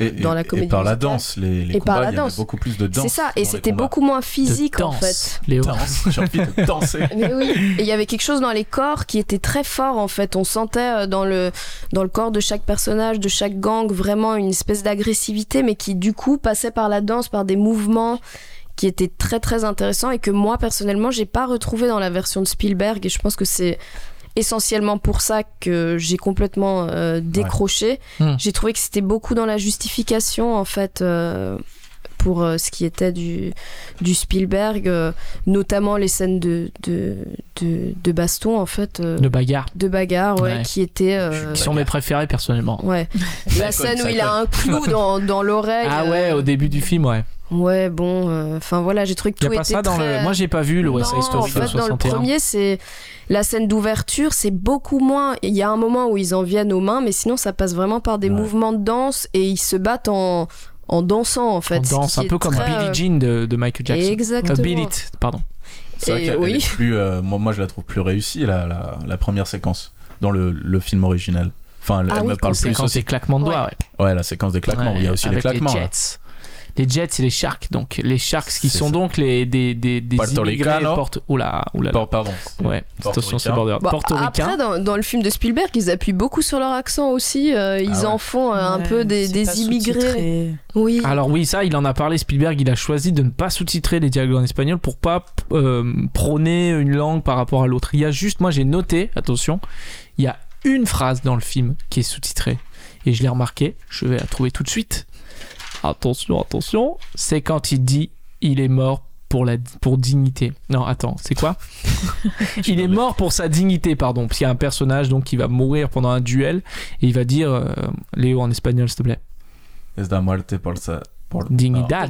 Speaker 3: Et, et-
Speaker 4: Dans la
Speaker 3: et
Speaker 4: comédie
Speaker 3: par la
Speaker 4: musicale.
Speaker 3: danse, les, les
Speaker 4: Et par
Speaker 3: combats,
Speaker 4: la
Speaker 3: il y avait
Speaker 4: danse.
Speaker 3: beaucoup plus de danse.
Speaker 4: c'est ça
Speaker 3: dans les
Speaker 4: et c'était
Speaker 3: combats.
Speaker 4: beaucoup moins
Speaker 2: De
Speaker 4: physique en
Speaker 2: danse,
Speaker 4: fait
Speaker 2: Léo.
Speaker 3: Danse, j'ai envie de danser.
Speaker 4: Mais oui, et il y avait quelque chose dans les corps qui était très fort en fait. On sentait euh, dans le, dans le corps de chaque personnage, de chaque gang, vraiment une espèce d'agressivité, mais qui du coup passait par la danse, par des mouvements qui étaient très très intéressants et que moi personnellement j'ai pas retrouvé dans la version de Spielberg et je pense que c'est essentiellement pour ça que j'ai complètement euh, décroché.
Speaker 2: Hmm.
Speaker 4: J'ai trouvé que c'était beaucoup dans la justification en fait euh, pour euh, ce qui était du, du Spielberg, euh, notamment les scènes de, de, de, de baston en fait, euh,
Speaker 2: De bagarre.
Speaker 4: de bagarre ouais,
Speaker 2: Ouais.
Speaker 4: qui étaient... euh,
Speaker 2: Qui sont mes préférés personnellement.
Speaker 4: ouais.
Speaker 3: colle,
Speaker 4: La scène où
Speaker 3: ça
Speaker 4: il a un clou dans, dans l'oreille.
Speaker 2: Ah
Speaker 4: euh,
Speaker 2: ouais, au début du film, ouais.
Speaker 4: Ouais, bon, euh, enfin voilà, j'ai trouvé que
Speaker 2: Il
Speaker 4: tout
Speaker 2: a pas
Speaker 4: était
Speaker 2: ça dans
Speaker 4: très-
Speaker 2: le. Moi, j'ai pas vu le West Side
Speaker 4: Non,
Speaker 2: Story
Speaker 4: en fait,
Speaker 2: de
Speaker 4: dans le
Speaker 2: 61.
Speaker 4: premier, c'est la scène d'ouverture, c'est beaucoup moins. Il y a un moment où ils en viennent aux mains, mais sinon ça passe vraiment par des
Speaker 3: Ouais.
Speaker 4: mouvements de danse et ils se battent en, en dansant en fait.
Speaker 2: On
Speaker 4: ce
Speaker 2: danse
Speaker 4: qui
Speaker 2: un
Speaker 4: est
Speaker 2: peu comme
Speaker 4: très,
Speaker 2: Billie
Speaker 4: euh,
Speaker 2: Jean de, de Michael Jackson. Euh,
Speaker 4: Exactement.
Speaker 2: Bill It, pardon.
Speaker 3: C'est vrai
Speaker 4: Et
Speaker 3: qu'elle
Speaker 4: oui.
Speaker 3: est plus, euh, moi, moi, je la trouve plus réussie, la, la, la première séquence, dans le, le film original. Enfin, elle,
Speaker 4: Ah
Speaker 3: elle
Speaker 4: oui,
Speaker 3: me parle
Speaker 2: C'est
Speaker 3: plus
Speaker 2: quand
Speaker 3: aussi.
Speaker 2: c'est claquement de doigts, ouais.
Speaker 3: Ouais, la séquence des claquements,
Speaker 2: Ouais,
Speaker 3: il y a aussi les
Speaker 2: avec
Speaker 3: claquements.
Speaker 2: Les
Speaker 3: là.
Speaker 2: Jets. Les Jets et les Sharks, donc les Sharks qui
Speaker 3: C'est
Speaker 2: sont
Speaker 3: ça.
Speaker 2: donc les, des, des, des
Speaker 3: Portoricanos.
Speaker 2: immigrés porte... Oula, oula.
Speaker 3: Bon, pardon.
Speaker 2: Ouais, attention, c'est
Speaker 3: Portoricains.
Speaker 2: border.
Speaker 4: Bah,
Speaker 2: Portoricain.
Speaker 4: Après, dans, dans le film de Spielberg, ils appuient beaucoup sur leur accent aussi.
Speaker 2: Ah
Speaker 4: euh, ils
Speaker 3: ouais.
Speaker 4: en font euh, un peu des, des immigrés. Oui.
Speaker 2: Alors oui, ça, il en a parlé, Spielberg, il a choisi de ne pas sous-titrer les dialogues en espagnol pour pas euh, prôner une langue par rapport à l'autre. Il y a juste, moi j'ai noté, attention, il y a une phrase dans le film qui est sous-titrée. Et je l'ai remarqué, je vais la trouver tout de suite. Attention, attention, c'est quand il dit il est mort pour, la, pour dignité. Non, attends, c'est quoi Il est mort pour sa dignité, pardon. Parce qu'il y a un personnage donc qui va mourir pendant un duel et il va dire, euh, Léo en espagnol s'il te plaît,
Speaker 3: Es da muerte por sa- por-
Speaker 2: dignidad.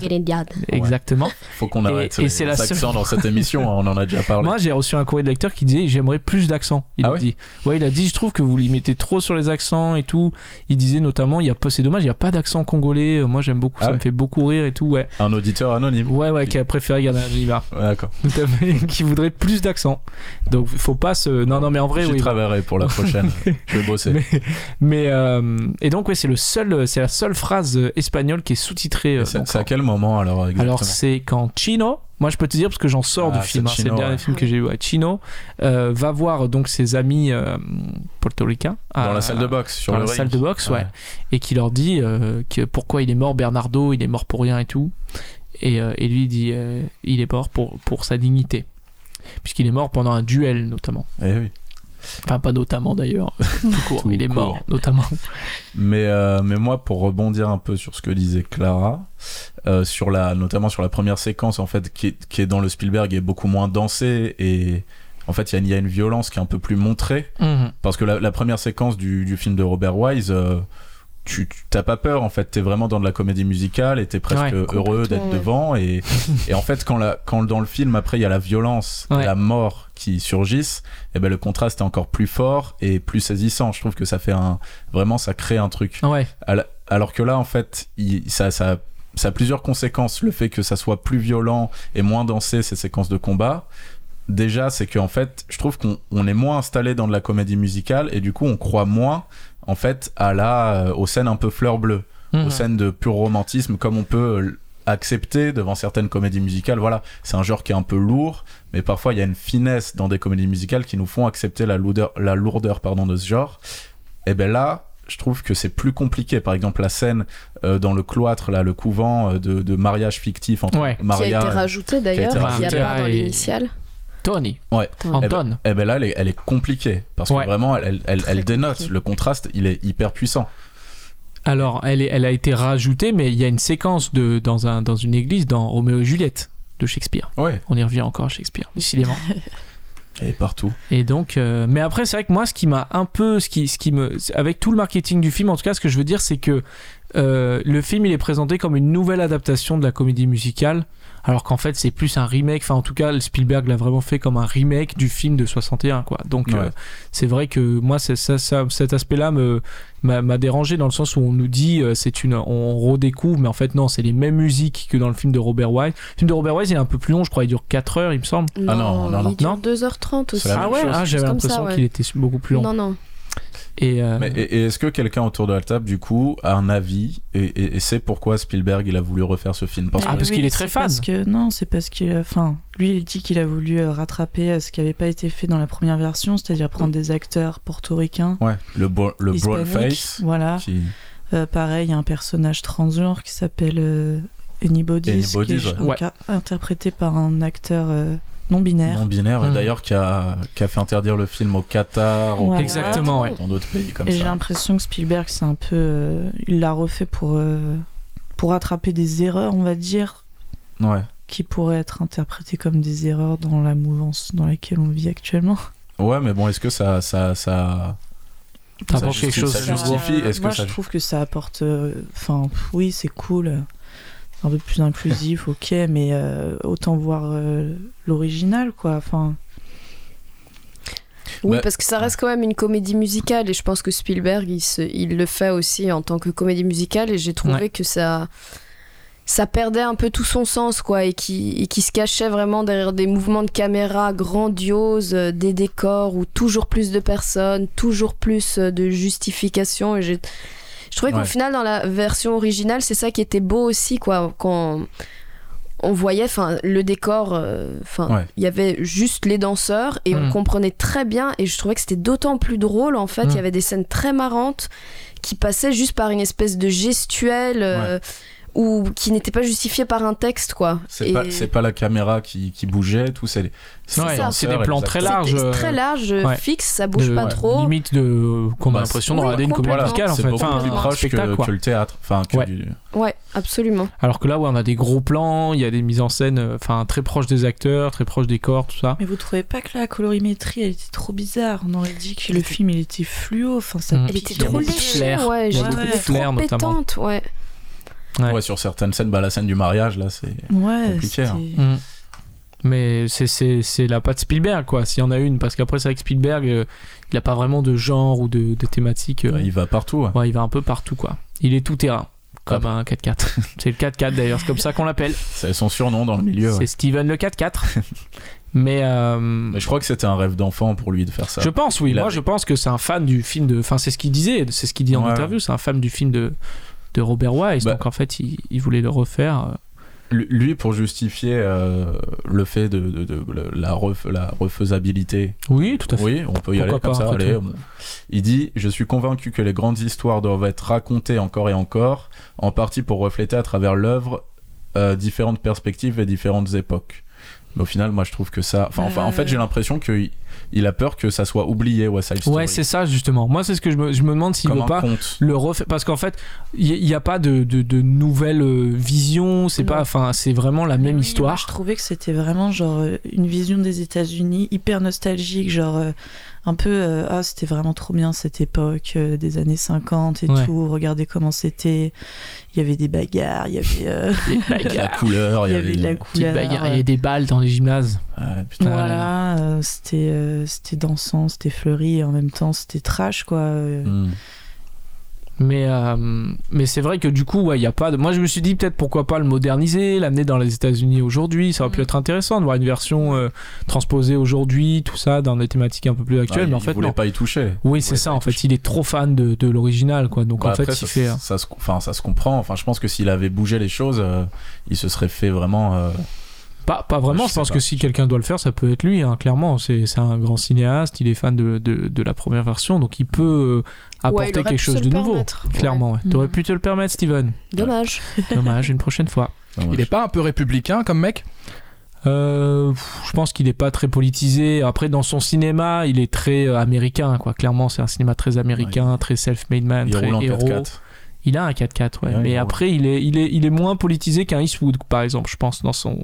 Speaker 2: Exactement.
Speaker 3: Ah, faut qu'on arrête
Speaker 2: Et- et
Speaker 3: les
Speaker 2: c'est la
Speaker 3: accents
Speaker 2: seule-
Speaker 3: dans cette émission, hein, on en a déjà parlé.
Speaker 2: Moi, j'ai reçu un courrier de lecteur qui disait j'aimerais plus d'accent. Il
Speaker 3: Ah
Speaker 2: a
Speaker 3: ouais
Speaker 2: dit. Ouais, il a dit je trouve que vous limitez trop sur les accents et tout. Il disait notamment il y a pas c'est dommage, il y a pas d'accent congolais. Euh, Moi, j'aime beaucoup,
Speaker 3: Ah
Speaker 2: ça
Speaker 3: ouais
Speaker 2: me fait beaucoup rire et tout. Ouais,
Speaker 3: Un auditeur anonyme.
Speaker 2: ouais, ouais, qui a préféré garder un Geneva.
Speaker 3: Ouais, D'accord.
Speaker 2: Tout à fait, qui voudrait plus d'accent. Donc, faut pas se. Non, non, mais en vrai,
Speaker 3: J'y
Speaker 2: oui.
Speaker 3: travaillerai pour la prochaine. je vais bosser.
Speaker 2: Mais, mais, euh, et donc ouais, c'est le seul, c'est la seule phrase euh, espagnole qui est sous-titrée. euh,
Speaker 3: Et c'est
Speaker 2: donc,
Speaker 3: c'est à quel moment alors exactement
Speaker 2: alors c'est quand Chino Moi, je peux te dire, parce que j'en sors
Speaker 3: Ah,
Speaker 2: du film. hein,
Speaker 3: c'est
Speaker 2: C'est le
Speaker 3: Chino,
Speaker 2: dernier
Speaker 3: ouais.
Speaker 2: film que j'ai vu. Ouais, Chino euh, va voir donc ses amis euh, portoricains.
Speaker 3: Dans
Speaker 2: à-
Speaker 3: la salle de boxe, sur
Speaker 2: dans
Speaker 3: le
Speaker 2: la
Speaker 3: ring.
Speaker 2: salle de boxe, ouais.
Speaker 3: Ouais.
Speaker 2: Et qui leur dit euh, que pourquoi il est mort, Bernardo, il est mort pour rien et tout. Et, euh, et lui il dit euh, il est mort pour, pour sa dignité. Puisqu'il est mort pendant un duel, notamment.
Speaker 3: Eh oui.
Speaker 2: Enfin, pas notamment d'ailleurs, tout court.
Speaker 3: Tout
Speaker 2: il est mort,
Speaker 3: court.
Speaker 2: notamment.
Speaker 3: Mais, euh, mais moi, pour rebondir un peu sur ce que disait Clara, euh, sur la, notamment sur la première séquence, en fait, qui est, qui est dans le Spielberg, est beaucoup moins dansée et en fait, il y a une- il y, a une violence qui est un peu plus montrée.
Speaker 2: Mhm.
Speaker 3: Parce que la, la première séquence du, du film de Robert Wise, euh, tu tu- t'as pas peur en fait, t'es vraiment dans de la comédie musicale et t'es presque
Speaker 2: Ouais,
Speaker 3: heureux
Speaker 4: complètement,
Speaker 3: d'être
Speaker 4: ouais.
Speaker 3: devant. Et, et en fait, quand, la, quand dans le film, après, il y a la violence,
Speaker 2: Ouais.
Speaker 3: la mort qui surgissent, et ben le contraste est encore plus fort et plus saisissant. Je trouve que ça fait un. Vraiment, ça crée un truc.
Speaker 2: Ouais,
Speaker 3: À la- Alors que là, en fait, il- ça, ça, ça a plusieurs conséquences. Le fait que ça soit plus violent et moins dansé, ces séquences de combat. Déjà, c'est que en fait, je trouve qu'on on est moins installé dans de la comédie musicale et du coup, on croit moins en fait à la, euh, aux scènes un peu fleur bleue, aux
Speaker 2: Mhm.
Speaker 3: scènes de pur romantisme, comme on peut euh, accepter devant certaines comédies musicales. Voilà, c'est un genre qui est un peu lourd, mais parfois il y a une finesse dans des comédies musicales qui nous font accepter la lourdeur, la lourdeur pardon, de ce genre. Et ben là, je trouve que c'est plus compliqué. Par exemple, la scène euh, dans le cloître, là, le couvent euh, de, de mariage fictif entre
Speaker 2: Mmh. Ouais.
Speaker 4: qui a
Speaker 3: Maria.
Speaker 4: été rajouté d'ailleurs,
Speaker 3: qui
Speaker 2: euh, a été
Speaker 4: qui
Speaker 2: rajoutée,
Speaker 4: a pas dans
Speaker 2: ouais, et- Ah
Speaker 4: l'initial.
Speaker 2: Tony.
Speaker 3: Ouais.
Speaker 2: Anton.
Speaker 3: Eh ben là, elle est, elle est compliquée parce
Speaker 2: Ouais.
Speaker 3: que vraiment, elle, elle, elle-
Speaker 4: Très
Speaker 3: elle dénote.
Speaker 4: compliquée.
Speaker 3: Le contraste, il est hyper puissant.
Speaker 2: Alors, elle, est- elle a été rajoutée, mais il y a une séquence de, dans, un, dans une église dans Roméo et Juliette de Shakespeare.
Speaker 3: Ouais.
Speaker 2: On y revient encore à Shakespeare, décidément.
Speaker 3: Et partout.
Speaker 2: Et donc, euh, mais après, c'est vrai que moi, ce qui m'a un peu, ce qui, ce qui me, avec tout le marketing du film, en tout cas, ce que je veux dire, c'est que euh, le film, il est présenté comme une nouvelle adaptation de la comédie musicale, alors qu'en fait, c'est plus un remake. Enfin, en tout cas, Spielberg l'a vraiment fait comme un remake du film de 61, quoi. Donc,
Speaker 3: Ouais.
Speaker 2: euh, c'est vrai que moi, c'est- ça, ça, cet aspect-là me m'a m'a dérangé dans le sens où on nous dit euh, c'est une on redécouvre mais en fait non c'est les mêmes musiques que dans le film de Robert Wise le film de Robert Wise il est un peu plus long je crois il dure 4 heures il me semble
Speaker 3: Ah non, non, non.
Speaker 4: Il dure
Speaker 2: Non.
Speaker 4: 2h30 aussi.
Speaker 3: C'est la
Speaker 2: ah
Speaker 3: même
Speaker 2: ouais
Speaker 3: chose,
Speaker 2: ah, j'avais
Speaker 4: quelque chose comme
Speaker 2: l'impression
Speaker 4: ça, ouais.
Speaker 2: qu'il était beaucoup plus long
Speaker 4: Non, non.
Speaker 2: et euh,
Speaker 3: Mais, et, et est-ce que quelqu'un autour de la table, du coup, a un avis et, et- et c'est pourquoi Spielberg il a voulu refaire ce film parce
Speaker 2: Ah,
Speaker 3: que-
Speaker 2: parce
Speaker 5: Oui,
Speaker 2: qu'il est très
Speaker 5: c'est
Speaker 2: fan.
Speaker 5: parce que- non, c'est parce qu'il a- enfin, lui il dit qu'il a voulu euh, rattraper euh, ce qui n'avait pas été fait dans la première version, c'est-à-dire prendre des acteurs portoricains,
Speaker 3: ouais, le bro- le brown
Speaker 5: hispaniques,
Speaker 3: face.
Speaker 5: voilà.
Speaker 3: Qui...
Speaker 5: Euh, pareil, il y a un personnage transgenre qui s'appelle euh, Anybody's,
Speaker 3: Anybody's,
Speaker 5: qui est
Speaker 2: ouais.
Speaker 5: inca- interprété par un acteur euh, non binaire.
Speaker 3: non binaire
Speaker 2: Hmm.
Speaker 3: et d'ailleurs qui a, qui a fait interdire le film au Qatar, au
Speaker 5: Ouais.
Speaker 2: Exactement, ouais.
Speaker 3: Canada, dans d'autres pays comme
Speaker 5: Et j'ai
Speaker 3: ça.
Speaker 5: l'impression que Spielberg, c'est un peu, euh, il l'a refait pour euh, pour rattraper des erreurs, on va dire,
Speaker 3: Ouais.
Speaker 5: qui pourraient être interprétées comme des erreurs dans la mouvance dans laquelle on vit actuellement.
Speaker 3: ouais, mais bon, est-ce que ça, ça, ça,
Speaker 2: T'as
Speaker 3: Ça
Speaker 2: pas quelque
Speaker 3: justifie-
Speaker 2: chose
Speaker 3: ça justifie Est-ce
Speaker 5: Moi,
Speaker 3: que ça
Speaker 5: je trouve que ça apporte. euh, Enfin, pff, oui, c'est cool. C'est un peu plus inclusif, ok, mais euh, autant voir euh, l'original, quoi. Enfin,
Speaker 4: Oui,
Speaker 3: Bah-
Speaker 4: parce que ça reste quand même une comédie musicale et je pense que Spielberg, il, se- il le fait aussi en tant que comédie musicale et j'ai trouvé
Speaker 2: Ouais.
Speaker 4: que ça, ça perdait un peu tout son sens quoi et qui, et qui se cachait vraiment derrière des mouvements de caméra grandioses, euh, des décors où toujours plus de personnes, toujours plus euh, de justifications et j'ai- je trouvais qu'au
Speaker 3: Ouais.
Speaker 4: final dans la version originale c'est ça qui était beau aussi quoi quand on voyait enfin le décor euh, enfin
Speaker 3: Ouais.
Speaker 4: il y avait juste les danseurs et
Speaker 2: Mm.
Speaker 4: on comprenait très bien et je trouvais que c'était d'autant plus drôle en fait il
Speaker 2: Mm.
Speaker 4: y avait des scènes très marrantes qui passaient juste par une espèce de gestuelle euh, ou qui n'était pas justifiée par un texte quoi
Speaker 3: C'est
Speaker 4: Et
Speaker 3: pas, c'est pas la caméra qui, qui bougeait, tout, c'est les- c'est
Speaker 2: Ouais,
Speaker 3: les
Speaker 4: ça.
Speaker 2: c'est
Speaker 3: danseurs
Speaker 2: des
Speaker 3: et
Speaker 2: plans
Speaker 3: les
Speaker 2: très
Speaker 3: acteurs.
Speaker 2: larges. large,
Speaker 4: c'était
Speaker 2: euh,
Speaker 4: très large
Speaker 2: ouais.
Speaker 4: fixe ça bouge
Speaker 2: de-
Speaker 4: pas
Speaker 2: ouais,
Speaker 4: trop
Speaker 2: limite de qu'on a
Speaker 3: Bah,
Speaker 2: l'impression
Speaker 4: oui,
Speaker 2: de regarder une comédie
Speaker 4: complètement.
Speaker 2: musicale en
Speaker 3: C'est
Speaker 2: fait
Speaker 3: beaucoup
Speaker 2: Enfin,
Speaker 3: plus
Speaker 2: un
Speaker 3: proche
Speaker 2: spectacle,
Speaker 3: que,
Speaker 2: quoi.
Speaker 3: que le théâtre. Enfin, que
Speaker 2: Ouais.
Speaker 3: du-
Speaker 4: ouais absolument
Speaker 2: alors que là ouais, on a des gros plans il y a des mises en scène euh, enfin très proches des acteurs très proches des corps tout ça
Speaker 5: mais vous trouvez pas que la colorimétrie, elle était trop bizarre On aurait dit que le film, il était fluo. Enfin, ça.
Speaker 2: Mm.
Speaker 4: elle était
Speaker 2: Il y a
Speaker 4: trop
Speaker 2: beaucoup de
Speaker 4: léchée
Speaker 2: flair.
Speaker 4: ouais
Speaker 2: Il y
Speaker 4: j'ai
Speaker 2: a
Speaker 5: Ouais,
Speaker 2: beaucoup
Speaker 4: trouvé
Speaker 2: de
Speaker 5: ouais.
Speaker 2: flair
Speaker 4: trop
Speaker 2: notamment
Speaker 4: pétante ouais
Speaker 2: Ouais.
Speaker 3: Ouais, sur certaines scènes, bah, la scène du mariage, là, c'est.
Speaker 5: Ouais.
Speaker 3: Compliqué, hein.
Speaker 5: c'était-
Speaker 2: Mm. mais c'est- c'est c'est la patte Spielberg quoi s'il y en a une parce qu'après c'est vrai que Spielberg euh, il a pas vraiment de genre ou de, de thématique euh,
Speaker 3: Ouais, Il va partout. hein. ouais.
Speaker 2: ouais, il va un peu partout quoi il est tout terrain comme un 4x4 c'est le 4x4 d'ailleurs c'est comme ça qu'on l'appelle
Speaker 3: C'est son surnom dans le milieu. ouais.
Speaker 2: c'est Steven le 4x4 mais euh,
Speaker 3: Mais je crois que c'était un rêve d'enfant pour lui de faire ça.
Speaker 2: Je pense, oui.
Speaker 3: Il
Speaker 2: Moi,
Speaker 3: avait-
Speaker 2: je pense que c'est un fan du film de. Enfin, c'est ce qu'il disait, c'est ce qu'il dit en
Speaker 3: Ouais.
Speaker 2: interview. C'est un fan du film de, de Robert Wise.
Speaker 3: Bah.
Speaker 2: Donc, en fait, il, il voulait le refaire. euh,
Speaker 3: Lu- Lui, pour justifier euh, le fait de, de- de- le- la, ref- la refaisabilité,
Speaker 2: Oui, tout à fait.
Speaker 3: oui, on peut y
Speaker 2: Pourquoi
Speaker 3: aller comme
Speaker 2: pas,
Speaker 3: ça.
Speaker 2: après
Speaker 3: allez,
Speaker 2: tout.
Speaker 3: on- Il dit Je suis convaincu que les grandes histoires doivent être racontées encore et encore, en partie pour refléter à travers l'œuvre euh, différentes perspectives et différentes époques. Mais au final, moi, je trouve que ça. Enfin, enfin, en fait, j'ai l'impression qu'il il a peur que ça soit oublié, West Side Story.
Speaker 2: Ouais, c'est ça justement. Moi, c'est ce que je me, je me demande s'il
Speaker 3: comme
Speaker 2: veut
Speaker 3: un
Speaker 2: pas
Speaker 3: conte.
Speaker 2: le refaire parce qu'en fait, il n'y a pas de, de, de nouvelle euh, vision. C'est
Speaker 5: Non.
Speaker 2: pas, enfin, c'est vraiment la même
Speaker 5: Oui, moi,
Speaker 2: histoire.
Speaker 5: Je trouvais que c'était vraiment genre euh, une vision des États-Unis hyper nostalgique, genre euh, un peu euh, ah c'était vraiment trop bien cette époque euh, des années 50 et
Speaker 2: Ouais.
Speaker 5: tout. Regardez comment c'était. Il y avait des bagarres, il y avait euh,
Speaker 3: La couleur,
Speaker 5: il y avait de la
Speaker 2: Petite
Speaker 5: couleur. euh,
Speaker 2: bagarre, il y a des balles dans les gymnases.
Speaker 3: Ouais, Ah, putain.
Speaker 2: Putain,
Speaker 5: Voilà, euh, c'était euh, c'était dansant, c'était fleuri et en même temps c'était trash quoi. euh.
Speaker 3: Hmm.
Speaker 2: Mais, euh, mais c'est vrai que du coup, ouais, il y a pas de. Moi, je me suis dit peut-être pourquoi pas le moderniser, l'amener dans les États-Unis aujourd'hui. Ça aurait pu
Speaker 5: Mm.
Speaker 2: être intéressant de voir une version euh, transposée aujourd'hui, tout ça, dans des thématiques un peu plus
Speaker 3: Ah,
Speaker 2: actuelles. mais en
Speaker 3: il
Speaker 2: fait,
Speaker 3: voulait
Speaker 2: non.
Speaker 3: pas y toucher.
Speaker 2: Oui, c'est
Speaker 3: Ouais,
Speaker 2: ça.
Speaker 3: ça
Speaker 2: En fait, il est trop fan de, de l'original, quoi. Donc
Speaker 3: Bah
Speaker 2: en fait,
Speaker 3: après,
Speaker 2: il
Speaker 3: ça,
Speaker 2: fait. euh,
Speaker 3: ça se, enfin, ça se comprend. Enfin, je pense que s'il avait bougé les choses, euh, il se serait fait vraiment. euh,
Speaker 2: Pas, pas vraiment,
Speaker 3: Je
Speaker 2: je
Speaker 3: sais
Speaker 2: pense
Speaker 3: pas.
Speaker 2: que si quelqu'un doit le faire, ça peut être lui, hein, clairement. C'est c'est un grand cinéaste, il est fan de, de, de la première version, donc il peut euh,
Speaker 4: Ouais, il
Speaker 2: apporter
Speaker 4: aurait
Speaker 2: quelque
Speaker 4: pu se
Speaker 2: chose
Speaker 4: le
Speaker 2: de nouveau.
Speaker 4: permettre. Ouais. Mm.
Speaker 2: Clairement, ouais.
Speaker 5: Mhm.
Speaker 2: T'aurais pu te le permettre, Steven.
Speaker 4: Dommage.
Speaker 2: Dommage, une prochaine fois.
Speaker 3: dommage.
Speaker 6: Il est pas un peu républicain comme mec
Speaker 2: Euh, pff, je pense qu'il n'est pas très politisé. Après, dans son cinéma, il est très euh, américain, quoi. Clairement, c'est un cinéma très américain, très self-made man,
Speaker 3: Il
Speaker 2: très
Speaker 3: roule en
Speaker 2: héros.
Speaker 3: 4x4.
Speaker 2: Il a un 4x4, ouais.
Speaker 3: Ouais,
Speaker 2: mais
Speaker 3: il roule.
Speaker 2: après, il est, il, est, il est moins politisé qu'un Eastwood, par exemple, je pense, dans son,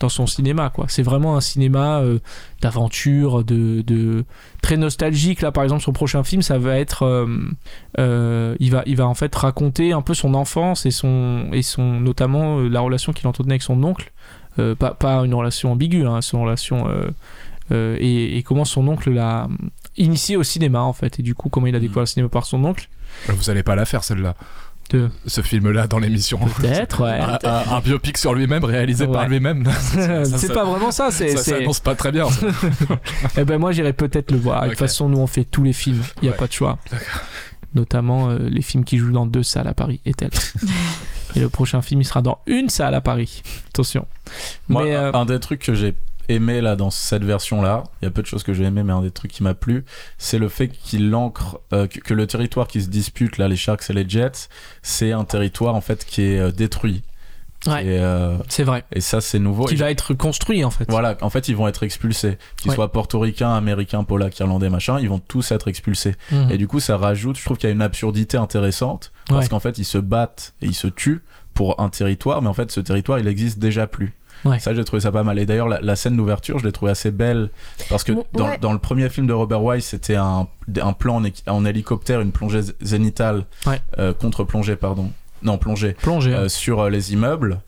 Speaker 2: dans son cinéma. quoi. C'est vraiment un cinéma euh, d'aventure, de, de très nostalgique. Là, par exemple, son prochain film, ça va être... euh, euh, il, va, il va en fait raconter un peu son enfance et, son, et son, notamment euh, la relation qu'il entretenait avec son oncle. Euh, pas, pas une relation ambiguë, hein, son relation... euh, euh, et, et comment son oncle l'a euh, initié au cinéma, en fait. Et du coup, comment il a découvert le cinéma par son oncle.
Speaker 6: Bah, Vous allez pas la faire celle-là.
Speaker 2: De-
Speaker 6: Ce film-là dans l'émission.
Speaker 2: Peut-être, ouais.
Speaker 6: Un, un- un biopic sur lui-même réalisé par
Speaker 2: Ouais.
Speaker 6: lui-même. ça,
Speaker 2: c'est
Speaker 6: ça-
Speaker 2: pas vraiment ça, c'est.
Speaker 6: Ça
Speaker 2: c'est-
Speaker 6: s'annonce pas très bien. ça.
Speaker 2: Eh ben moi j'irai peut-être le voir. De
Speaker 6: Ok.
Speaker 2: toute façon, nous on fait tous les films, il n'y a
Speaker 6: Ouais.
Speaker 2: pas de choix. Notamment euh, les films qui jouent dans deux salles à Paris et tel. et le prochain film il sera dans une salle à Paris. Attention.
Speaker 3: Moi,
Speaker 2: Mais, euh,
Speaker 3: un- un des trucs que j'ai aimé là dans cette version là, il y a peu de choses que j'ai aimé, mais un des trucs qui m'a plu, c'est le fait qu'il ancre euh, que, que le territoire qui se dispute là, les Sharks et les Jets, c'est un territoire en fait qui est euh, détruit.
Speaker 2: Ouais.
Speaker 3: Et, euh,
Speaker 2: c'est vrai.
Speaker 3: et ça c'est nouveau.
Speaker 2: Qui
Speaker 3: Et
Speaker 2: va être construit en fait.
Speaker 3: Voilà, en fait, ils vont être expulsés. Qu'ils
Speaker 2: Ouais.
Speaker 3: soient portoricains, américains, polacs, irlandais, machin, ils vont tous être expulsés.
Speaker 2: Mhm.
Speaker 3: Et du coup, ça rajoute, je trouve qu'il y a une absurdité intéressante,
Speaker 2: Ouais.
Speaker 3: parce qu'en fait, ils se battent et ils se tuent pour un territoire, mais en fait, ce territoire, il existe déjà plus.
Speaker 2: Ouais.
Speaker 3: Ça, j'ai trouvé ça pas mal. Et d'ailleurs, la, la scène d'ouverture, je l'ai trouvée assez belle, parce que
Speaker 4: Ouais.
Speaker 3: dans, dans le premier film de Robert Wise, c'était un, un plan en, équi- en hélicoptère, une plongée zé- zénitale,
Speaker 2: Ouais.
Speaker 3: euh, contre-plongée, pardon. Non, plongée
Speaker 2: Plongé.
Speaker 3: euh, sur euh, les immeubles.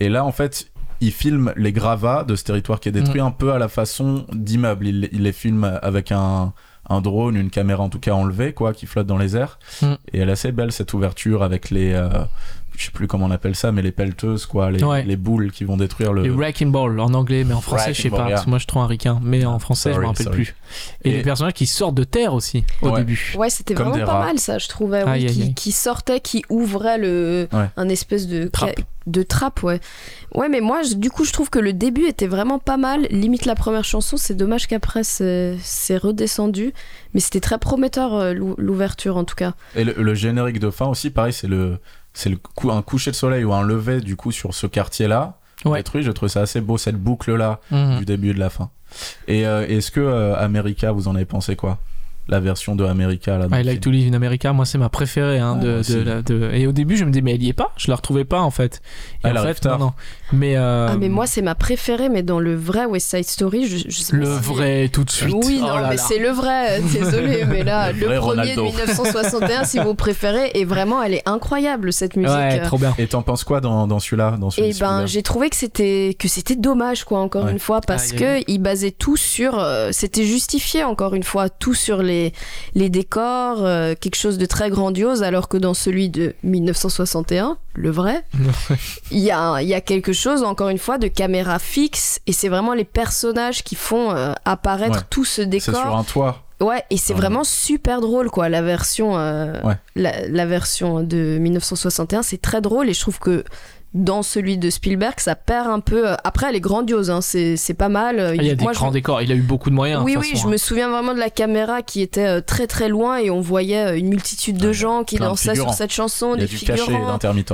Speaker 3: Et là, en fait, il filme les gravats de ce territoire qui est détruit
Speaker 2: Mm.
Speaker 3: un peu à la façon d'immeubles. Il, il les filme avec un, un drone, une caméra en tout cas enlevée, quoi, qui flotte dans les airs.
Speaker 2: Mm.
Speaker 3: Et elle est assez belle cette ouverture avec les. euh, je sais plus comment on appelle ça, mais les pelleteuses, quoi, les,
Speaker 2: Ouais.
Speaker 3: les boules qui vont détruire le.
Speaker 2: Les wrecking ball en anglais, mais en français je sais
Speaker 3: euh, Wrecking
Speaker 2: pas.
Speaker 3: ball, Ah,
Speaker 2: parce que moi je suis trop un ricain, mais en français je me
Speaker 3: Sorry,
Speaker 2: rappelle
Speaker 3: sorry.
Speaker 2: plus. Et,
Speaker 3: Et-
Speaker 2: les personnages qui sortent de terre aussi au
Speaker 3: Ouais.
Speaker 2: début.
Speaker 4: Ouais, c'était
Speaker 3: Comme
Speaker 4: vraiment
Speaker 3: des
Speaker 4: pas
Speaker 3: rats.
Speaker 4: mal ça, je trouvais. oui,
Speaker 2: Aïe, aïe,
Speaker 4: qui,
Speaker 2: aïe.
Speaker 4: qui sortait, qui ouvrait le
Speaker 3: Ouais.
Speaker 4: un espèce de
Speaker 2: Trappe.
Speaker 4: de trappe, ouais. Ouais, mais moi, je- du coup, je trouve que le début était vraiment pas mal. Limite la première chanson, c'est dommage qu'après c'est c'est redescendu, mais c'était très prometteur euh, l'ou- l'ouverture en tout cas.
Speaker 3: Et le, le générique de fin aussi, pareil, c'est le. C'est le cou- un coucher de soleil ou un lever du coup sur ce quartier-là.
Speaker 2: Ouais.
Speaker 3: Détruit, je trouve ça assez beau cette boucle-là.
Speaker 2: Mhm.
Speaker 3: du début et de la fin. Et euh, est-ce que euh, America, vous en avez pensé quoi La version de America là. dans
Speaker 2: I
Speaker 3: le
Speaker 2: Like to
Speaker 3: film.
Speaker 2: Live in America, moi c'est ma préférée. hein,
Speaker 3: Ah,
Speaker 2: de,
Speaker 3: moi
Speaker 2: de
Speaker 3: aussi.
Speaker 2: la- de- Et au début, je me dis, mais elle y est pas, je la retrouvais pas en fait. Et
Speaker 3: Elle
Speaker 2: en
Speaker 3: arrive
Speaker 2: fait,
Speaker 3: tard.
Speaker 2: non, non. Mais, euh,
Speaker 4: Ah, mais moi, c'est ma préférée, mais dans le vrai West Side Story, je, je sais pas
Speaker 2: le
Speaker 4: si-
Speaker 2: vrai tout de suite.
Speaker 4: Oui,
Speaker 2: Oh
Speaker 4: non,
Speaker 2: là
Speaker 4: mais
Speaker 2: là.
Speaker 4: c'est le vrai, euh, désolé, mais là,
Speaker 3: Le
Speaker 4: le,
Speaker 3: vrai
Speaker 4: premier
Speaker 3: Ronaldo.
Speaker 4: de 1961, si vous préférez, et vraiment, elle est incroyable cette musique.
Speaker 2: Ouais,
Speaker 4: Euh,
Speaker 2: trop bien.
Speaker 3: Et t'en penses quoi dans, dans celui-là dans celui
Speaker 4: Et ben, j'ai trouvé que c'était que c'était dommage quoi encore
Speaker 3: Ouais.
Speaker 4: une fois parce
Speaker 2: Aïe,
Speaker 4: que
Speaker 2: aïe.
Speaker 4: il basait tout sur euh, c'était justifié encore une fois tout sur les les décors euh, quelque chose de très grandiose alors que dans celui de 1961 le vrai il y a il y a quelque chose encore une fois de caméra fixe et c'est vraiment les personnages qui font euh, apparaître
Speaker 3: Ouais.
Speaker 4: tout ce
Speaker 3: C'est sur
Speaker 4: décor
Speaker 3: un toit.
Speaker 4: Ouais, et c'est
Speaker 3: Ouais.
Speaker 4: vraiment super drôle, quoi. La version, euh,
Speaker 3: Ouais.
Speaker 4: la, la version de 1961, c'est très drôle et je trouve que dans celui de Spielberg, ça perd un peu. euh, Après, elle est grandiose, hein, c'est c'est pas mal. euh,
Speaker 2: Ah, Il y a des
Speaker 4: moi, je-
Speaker 2: grands décors, il a eu beaucoup de moyens.
Speaker 4: Oui,
Speaker 2: de toute
Speaker 4: oui,
Speaker 2: façon, hein.
Speaker 4: je me souviens vraiment de la caméra qui était euh, très très loin et on voyait euh, une multitude de
Speaker 3: Ouais,
Speaker 4: gens qui
Speaker 3: plein de
Speaker 4: dansaient sur
Speaker 3: figurants.
Speaker 4: cette chanson,
Speaker 3: Il y a
Speaker 4: des
Speaker 3: du cachet et hein.
Speaker 4: figurants.
Speaker 3: d'intermittent.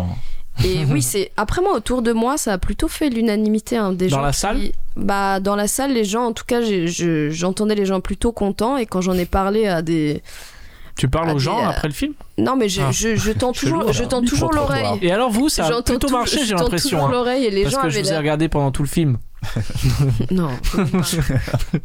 Speaker 4: Et oui, c'est après moi autour de moi, ça a plutôt fait l'unanimité hein, des
Speaker 2: Dans
Speaker 4: gens.
Speaker 2: la
Speaker 4: qui-
Speaker 2: salle
Speaker 4: Bah dans la salle, les gens, en tout cas, j'ai- je- j'entendais les gens plutôt contents et quand j'en ai parlé à des
Speaker 2: Tu parles
Speaker 4: Ah,
Speaker 2: aux
Speaker 4: des,
Speaker 2: gens
Speaker 4: euh,
Speaker 2: après le film
Speaker 4: Non, mais je,
Speaker 2: Ah.
Speaker 4: je, je tends toujours,
Speaker 2: Chelou,
Speaker 4: je
Speaker 2: alors.
Speaker 4: tends toujours
Speaker 3: Micro-trottoir.
Speaker 4: l'oreille.
Speaker 2: Et alors, vous, ça a
Speaker 4: J'entends
Speaker 2: plutôt
Speaker 4: tout-
Speaker 2: marché,
Speaker 4: je
Speaker 2: j'ai
Speaker 4: tends
Speaker 2: l'impression.
Speaker 4: toujours
Speaker 2: hein,
Speaker 4: l'oreille et les
Speaker 2: parce
Speaker 4: gens
Speaker 2: que je
Speaker 4: avaient
Speaker 2: vous ai
Speaker 4: l'air-
Speaker 2: regardé pendant tout le film.
Speaker 4: Non. faut pas.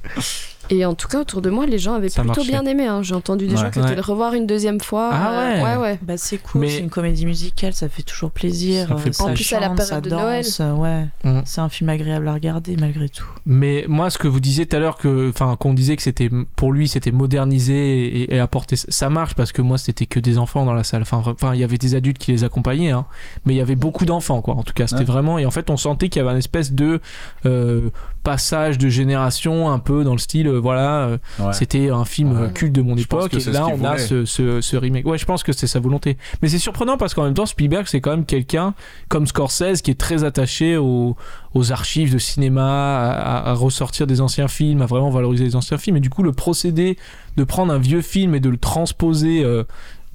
Speaker 4: et en tout cas, autour de moi, les gens avaient
Speaker 2: Ça
Speaker 4: plutôt
Speaker 2: marchait.
Speaker 4: bien aimé. hein. J'ai entendu des
Speaker 3: Ouais.
Speaker 4: gens qui étaient
Speaker 2: Ouais.
Speaker 4: le revoir une deuxième fois.
Speaker 2: Ah
Speaker 4: euh,
Speaker 2: ouais.
Speaker 4: ouais, ouais.
Speaker 5: Bah c'est cool,
Speaker 2: Mais-
Speaker 5: c'est une comédie musicale, ça fait toujours plaisir.
Speaker 3: Ça fait
Speaker 5: euh,
Speaker 3: plaisir.
Speaker 4: En plus, à la
Speaker 5: chante,
Speaker 4: période
Speaker 5: ça
Speaker 4: de
Speaker 5: danse, euh, ouais.
Speaker 2: Mm.
Speaker 5: C'est un film agréable à regarder malgré tout.
Speaker 2: Mais moi, ce que vous disiez tout à l'heure, que- enfin, qu'on disait que c'était pour lui, c'était modernisé et, et apporter, ça marche parce que moi, c'était que des enfants dans la salle. Enfin, vra- enfin, il y avait des adultes qui les accompagnaient, hein, mais il y avait beaucoup d'enfants, quoi. En tout cas, c'était
Speaker 3: Ouais.
Speaker 2: vraiment. Et en fait, on sentait qu'il y avait un espèce de euh, passage de génération, un peu dans le style, euh, voilà, euh,
Speaker 3: Ouais.
Speaker 2: c'était un film
Speaker 3: Ouais.
Speaker 2: euh, culte de mon
Speaker 6: Je pense
Speaker 2: époque
Speaker 6: que
Speaker 2: et
Speaker 6: c'est
Speaker 2: là
Speaker 6: ce qu'il
Speaker 2: on a
Speaker 6: voulait.
Speaker 2: ce, ce, ce remake ouais je pense que c'est sa volonté mais c'est surprenant parce qu'en même temps Spielberg c'est quand même quelqu'un comme Scorsese qui est très attaché aux, aux archives de cinéma à, à- à ressortir des anciens films à vraiment valoriser les anciens films et du coup le procédé de prendre un vieux film et de le transposer euh,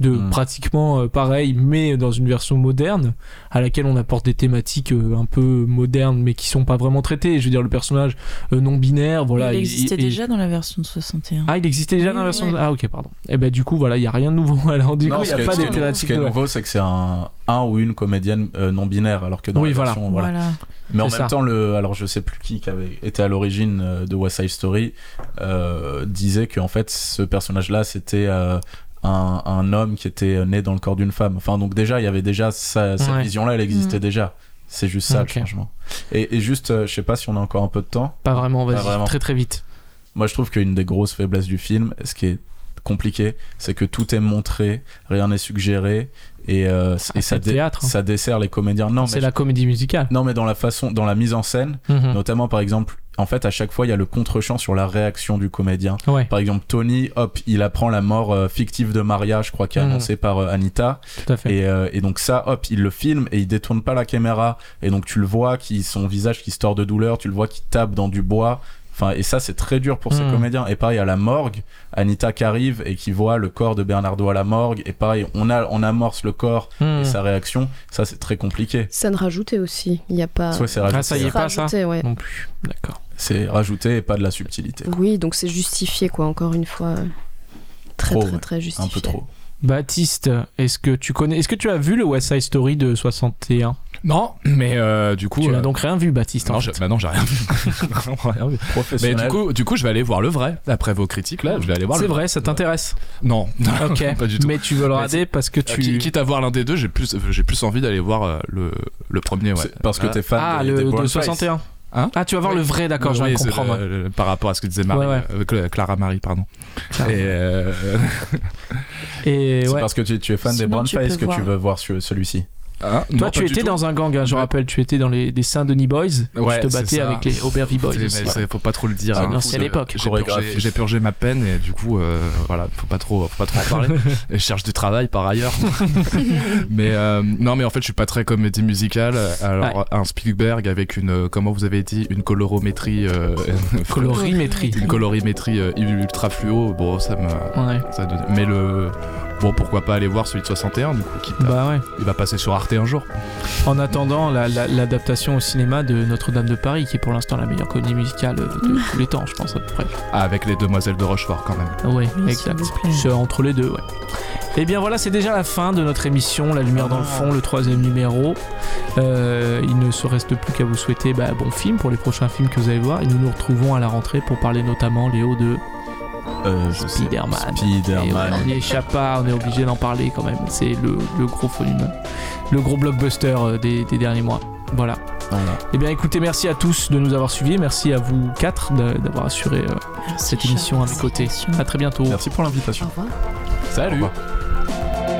Speaker 2: de
Speaker 6: Hmm.
Speaker 3: Mm.
Speaker 2: pratiquement euh, pareil mais dans une version moderne à laquelle on apporte des thématiques euh, un peu modernes mais qui sont pas vraiment traitées je veux dire le personnage euh, non binaire voilà
Speaker 5: il
Speaker 2: il-
Speaker 5: existait
Speaker 2: il-
Speaker 5: déjà dans la version de 61.
Speaker 2: ah, il existait déjà dans la version. Ah, ok, pardon. Et ben du coup, voilà, il y a rien de nouveau. Alors, du coup, il
Speaker 3: ce
Speaker 2: n'y a
Speaker 3: qui est-
Speaker 2: pas
Speaker 3: ce qui
Speaker 2: de
Speaker 3: est- Ce
Speaker 2: thématique
Speaker 3: qui est
Speaker 2: de-
Speaker 3: nouveau, c'est que c'est un, un ou une comédienne euh, non binaire, alors que dans
Speaker 2: Oui,
Speaker 3: la
Speaker 2: voilà.
Speaker 3: version, voilà.
Speaker 5: Voilà.
Speaker 3: Mais en même
Speaker 2: C'est ça.
Speaker 3: temps, le, alors je sais plus qui qui avait été à l'origine euh, de West Side Story euh, disait que en fait ce personnage-là c'était euh, un, un homme qui était né dans le corps d'une femme. Enfin donc déjà il y avait déjà ça- cette
Speaker 2: Ouais.
Speaker 3: vision-là, elle existait déjà. C'est juste ça
Speaker 2: Ok.
Speaker 3: le changement. Et, et juste, euh, je sais pas si on a encore un peu de temps.
Speaker 2: Pas vraiment,
Speaker 3: Pas
Speaker 2: vas-y,
Speaker 3: vraiment.
Speaker 2: très très vite.
Speaker 3: Moi, je trouve qu'une des grosses faiblesses du film, ce qui est compliqué, c'est que tout est montré, rien n'est suggéré, et, euh, et
Speaker 2: c'est
Speaker 3: ça,
Speaker 2: le théâtre, hein.
Speaker 3: ça dessert les comédiens. Non, mais,
Speaker 2: C'est la comédie musicale.
Speaker 3: non, mais dans la façon, dans la mise en scène,
Speaker 2: Mhm.
Speaker 3: notamment par exemple, en fait, à chaque fois, il y a le contre-champ sur la réaction du comédien.
Speaker 2: Ouais,
Speaker 3: Par exemple, Tony, hop, il apprend la mort euh, fictive de Maria, je crois, qui est
Speaker 2: Mhm.
Speaker 3: annoncée par euh, Anita.
Speaker 2: tout à fait.
Speaker 3: Et, euh, et donc ça, hop, il le filme et il détourne pas la caméra. Et donc tu le vois, qui son visage qui se tord de douleur, tu le vois qui tape dans du bois. Enfin, et ça, c'est très dur pour ces
Speaker 2: Mm.
Speaker 3: comédiens. Et pareil, à la morgue, Anita qui arrive et qui voit le corps de Bernardo à la morgue. Et pareil, on, a, on amorce le corps
Speaker 2: Hmm.
Speaker 3: et sa réaction. Ça, c'est très compliqué.
Speaker 4: Scène rajoutée aussi. Il n'y a pas.
Speaker 3: Soit c'est rajouté,
Speaker 2: Ah, ça y est. pas, ça
Speaker 4: Rajouté, ouais.
Speaker 2: Non plus. D'accord.
Speaker 3: c'est rajouté et pas de la subtilité.
Speaker 4: Oui, donc c'est justifié, quoi, encore une fois. Très,
Speaker 3: Trop,
Speaker 4: très,
Speaker 3: ouais.
Speaker 4: très
Speaker 3: Un
Speaker 4: justifié.
Speaker 3: peu trop.
Speaker 2: Baptiste, est-ce que tu connais, est-ce que tu as vu le West Side Story de 61
Speaker 6: Non, mais euh, du coup.
Speaker 2: Tu n'as
Speaker 6: euh,
Speaker 2: donc rien vu, Baptiste. en
Speaker 6: non,
Speaker 2: fait.
Speaker 6: j'ai- bah non, j'ai rien vu. J'ai rien vu. Mais
Speaker 3: Professionnel.
Speaker 6: du coup, du coup, je vais aller voir le vrai. Après vos critiques, là, je vais aller voir
Speaker 2: C'est
Speaker 6: le
Speaker 2: vrai, ça t'intéresse.
Speaker 6: Non,
Speaker 2: Ok.
Speaker 6: pas du tout.
Speaker 2: Mais tu veux le
Speaker 6: Mais
Speaker 2: rader parce que
Speaker 6: Euh,
Speaker 2: tu.
Speaker 6: qui- Quitte à voir l'un des deux, j'ai plus, j'ai plus envie d'aller voir euh, le, le premier. Ouais.
Speaker 3: C'est parce que
Speaker 6: Ah.
Speaker 3: t'es fan
Speaker 2: Ah,
Speaker 3: des, des
Speaker 2: le
Speaker 3: Brown
Speaker 2: de
Speaker 3: Face.
Speaker 2: 61.
Speaker 6: Hein
Speaker 2: ah, tu vas voir
Speaker 6: Oui.
Speaker 2: le vrai, d'accord, je
Speaker 6: Oui,
Speaker 2: viens de
Speaker 6: c'est le-
Speaker 2: comprendre.
Speaker 6: le- par rapport à ce que disait
Speaker 2: Ouais,
Speaker 6: Marie,
Speaker 2: ouais.
Speaker 6: euh, Cla- Clara Marie, pardon.
Speaker 2: Clara.
Speaker 6: Et, euh,
Speaker 2: Et
Speaker 3: C'est
Speaker 2: ouais.
Speaker 3: parce que tu, tu es fan des
Speaker 5: Sinon,
Speaker 3: Brown
Speaker 5: tu peux
Speaker 3: Face que
Speaker 5: voir.
Speaker 3: tu veux voir ce- celui-ci.
Speaker 6: hein,
Speaker 2: Toi,
Speaker 6: non,
Speaker 2: tu
Speaker 6: pas du
Speaker 2: étais
Speaker 6: tout.
Speaker 2: dans un gang, hein, je
Speaker 6: Ouais.
Speaker 2: rappelle, tu étais dans les, des Saint-Denis Boys. où
Speaker 6: Ouais,
Speaker 2: tu te
Speaker 6: c'est
Speaker 2: battais
Speaker 6: ça.
Speaker 2: avec les Aubervilles Boys.
Speaker 6: C'est- mais
Speaker 2: aussi. Ah,
Speaker 6: c'est- faut pas trop le dire.
Speaker 2: C'est
Speaker 6: hein,
Speaker 2: une
Speaker 6: parce
Speaker 2: ancienne
Speaker 6: que
Speaker 2: époque.
Speaker 6: J'ai
Speaker 3: Chorégraphie.
Speaker 6: purgé, j'ai purgé ma peine et du coup, euh, voilà, faut pas trop, faut pas trop en parler. et je cherche du travail par ailleurs. mais euh, non, mais en fait, je suis pas très comédie musicale. Alors, un Spielberg avec une, euh, comment vous avez dit, une colorométrie, euh,
Speaker 2: Colorimétrie.
Speaker 6: une colorimétrie euh, ultra fluo. Bon, ça me,
Speaker 2: Ouais.
Speaker 6: ça donne- Mais le, bon, pourquoi pas aller voir celui de 61 du coup, quitte à-
Speaker 2: Bah ouais.
Speaker 6: il va passer sur Arte un jour.
Speaker 2: En attendant la- la- l'adaptation au cinéma de Notre-Dame de Paris, qui est pour l'instant la meilleure comédie musicale euh, de tous les temps, je pense à peu près.
Speaker 6: Ah, avec les demoiselles de Rochefort quand même.
Speaker 2: Ouais,
Speaker 5: Oui,
Speaker 2: exact.
Speaker 5: s'il vous plaît.
Speaker 2: C'est entre les deux, ouais. Et bien voilà, c'est déjà la fin de notre émission, La Lumière
Speaker 6: Ah.
Speaker 2: dans le fond, le troisième numéro. Euh, il ne se reste plus qu'à vous souhaiter bah, bon film pour les prochains films que vous allez voir. Et nous nous retrouvons à la rentrée pour parler notamment, Léo, de
Speaker 3: Euh, je sais.
Speaker 2: Spider-Man. Et
Speaker 3: Spider-Man.
Speaker 2: voilà, on n'y échappe pas, on est obligé d'en parler quand même. C'est le, le gros phénomène, le gros blockbuster euh, des, des derniers mois. Voilà.
Speaker 3: Voilà.
Speaker 2: Eh bien écoutez, merci à tous de nous avoir suivis, merci à vous quatre d'a- d'avoir assuré euh, cette émission à mes côtés. À très bientôt.
Speaker 3: Merci pour l'invitation.
Speaker 4: Au revoir.
Speaker 3: Au revoir.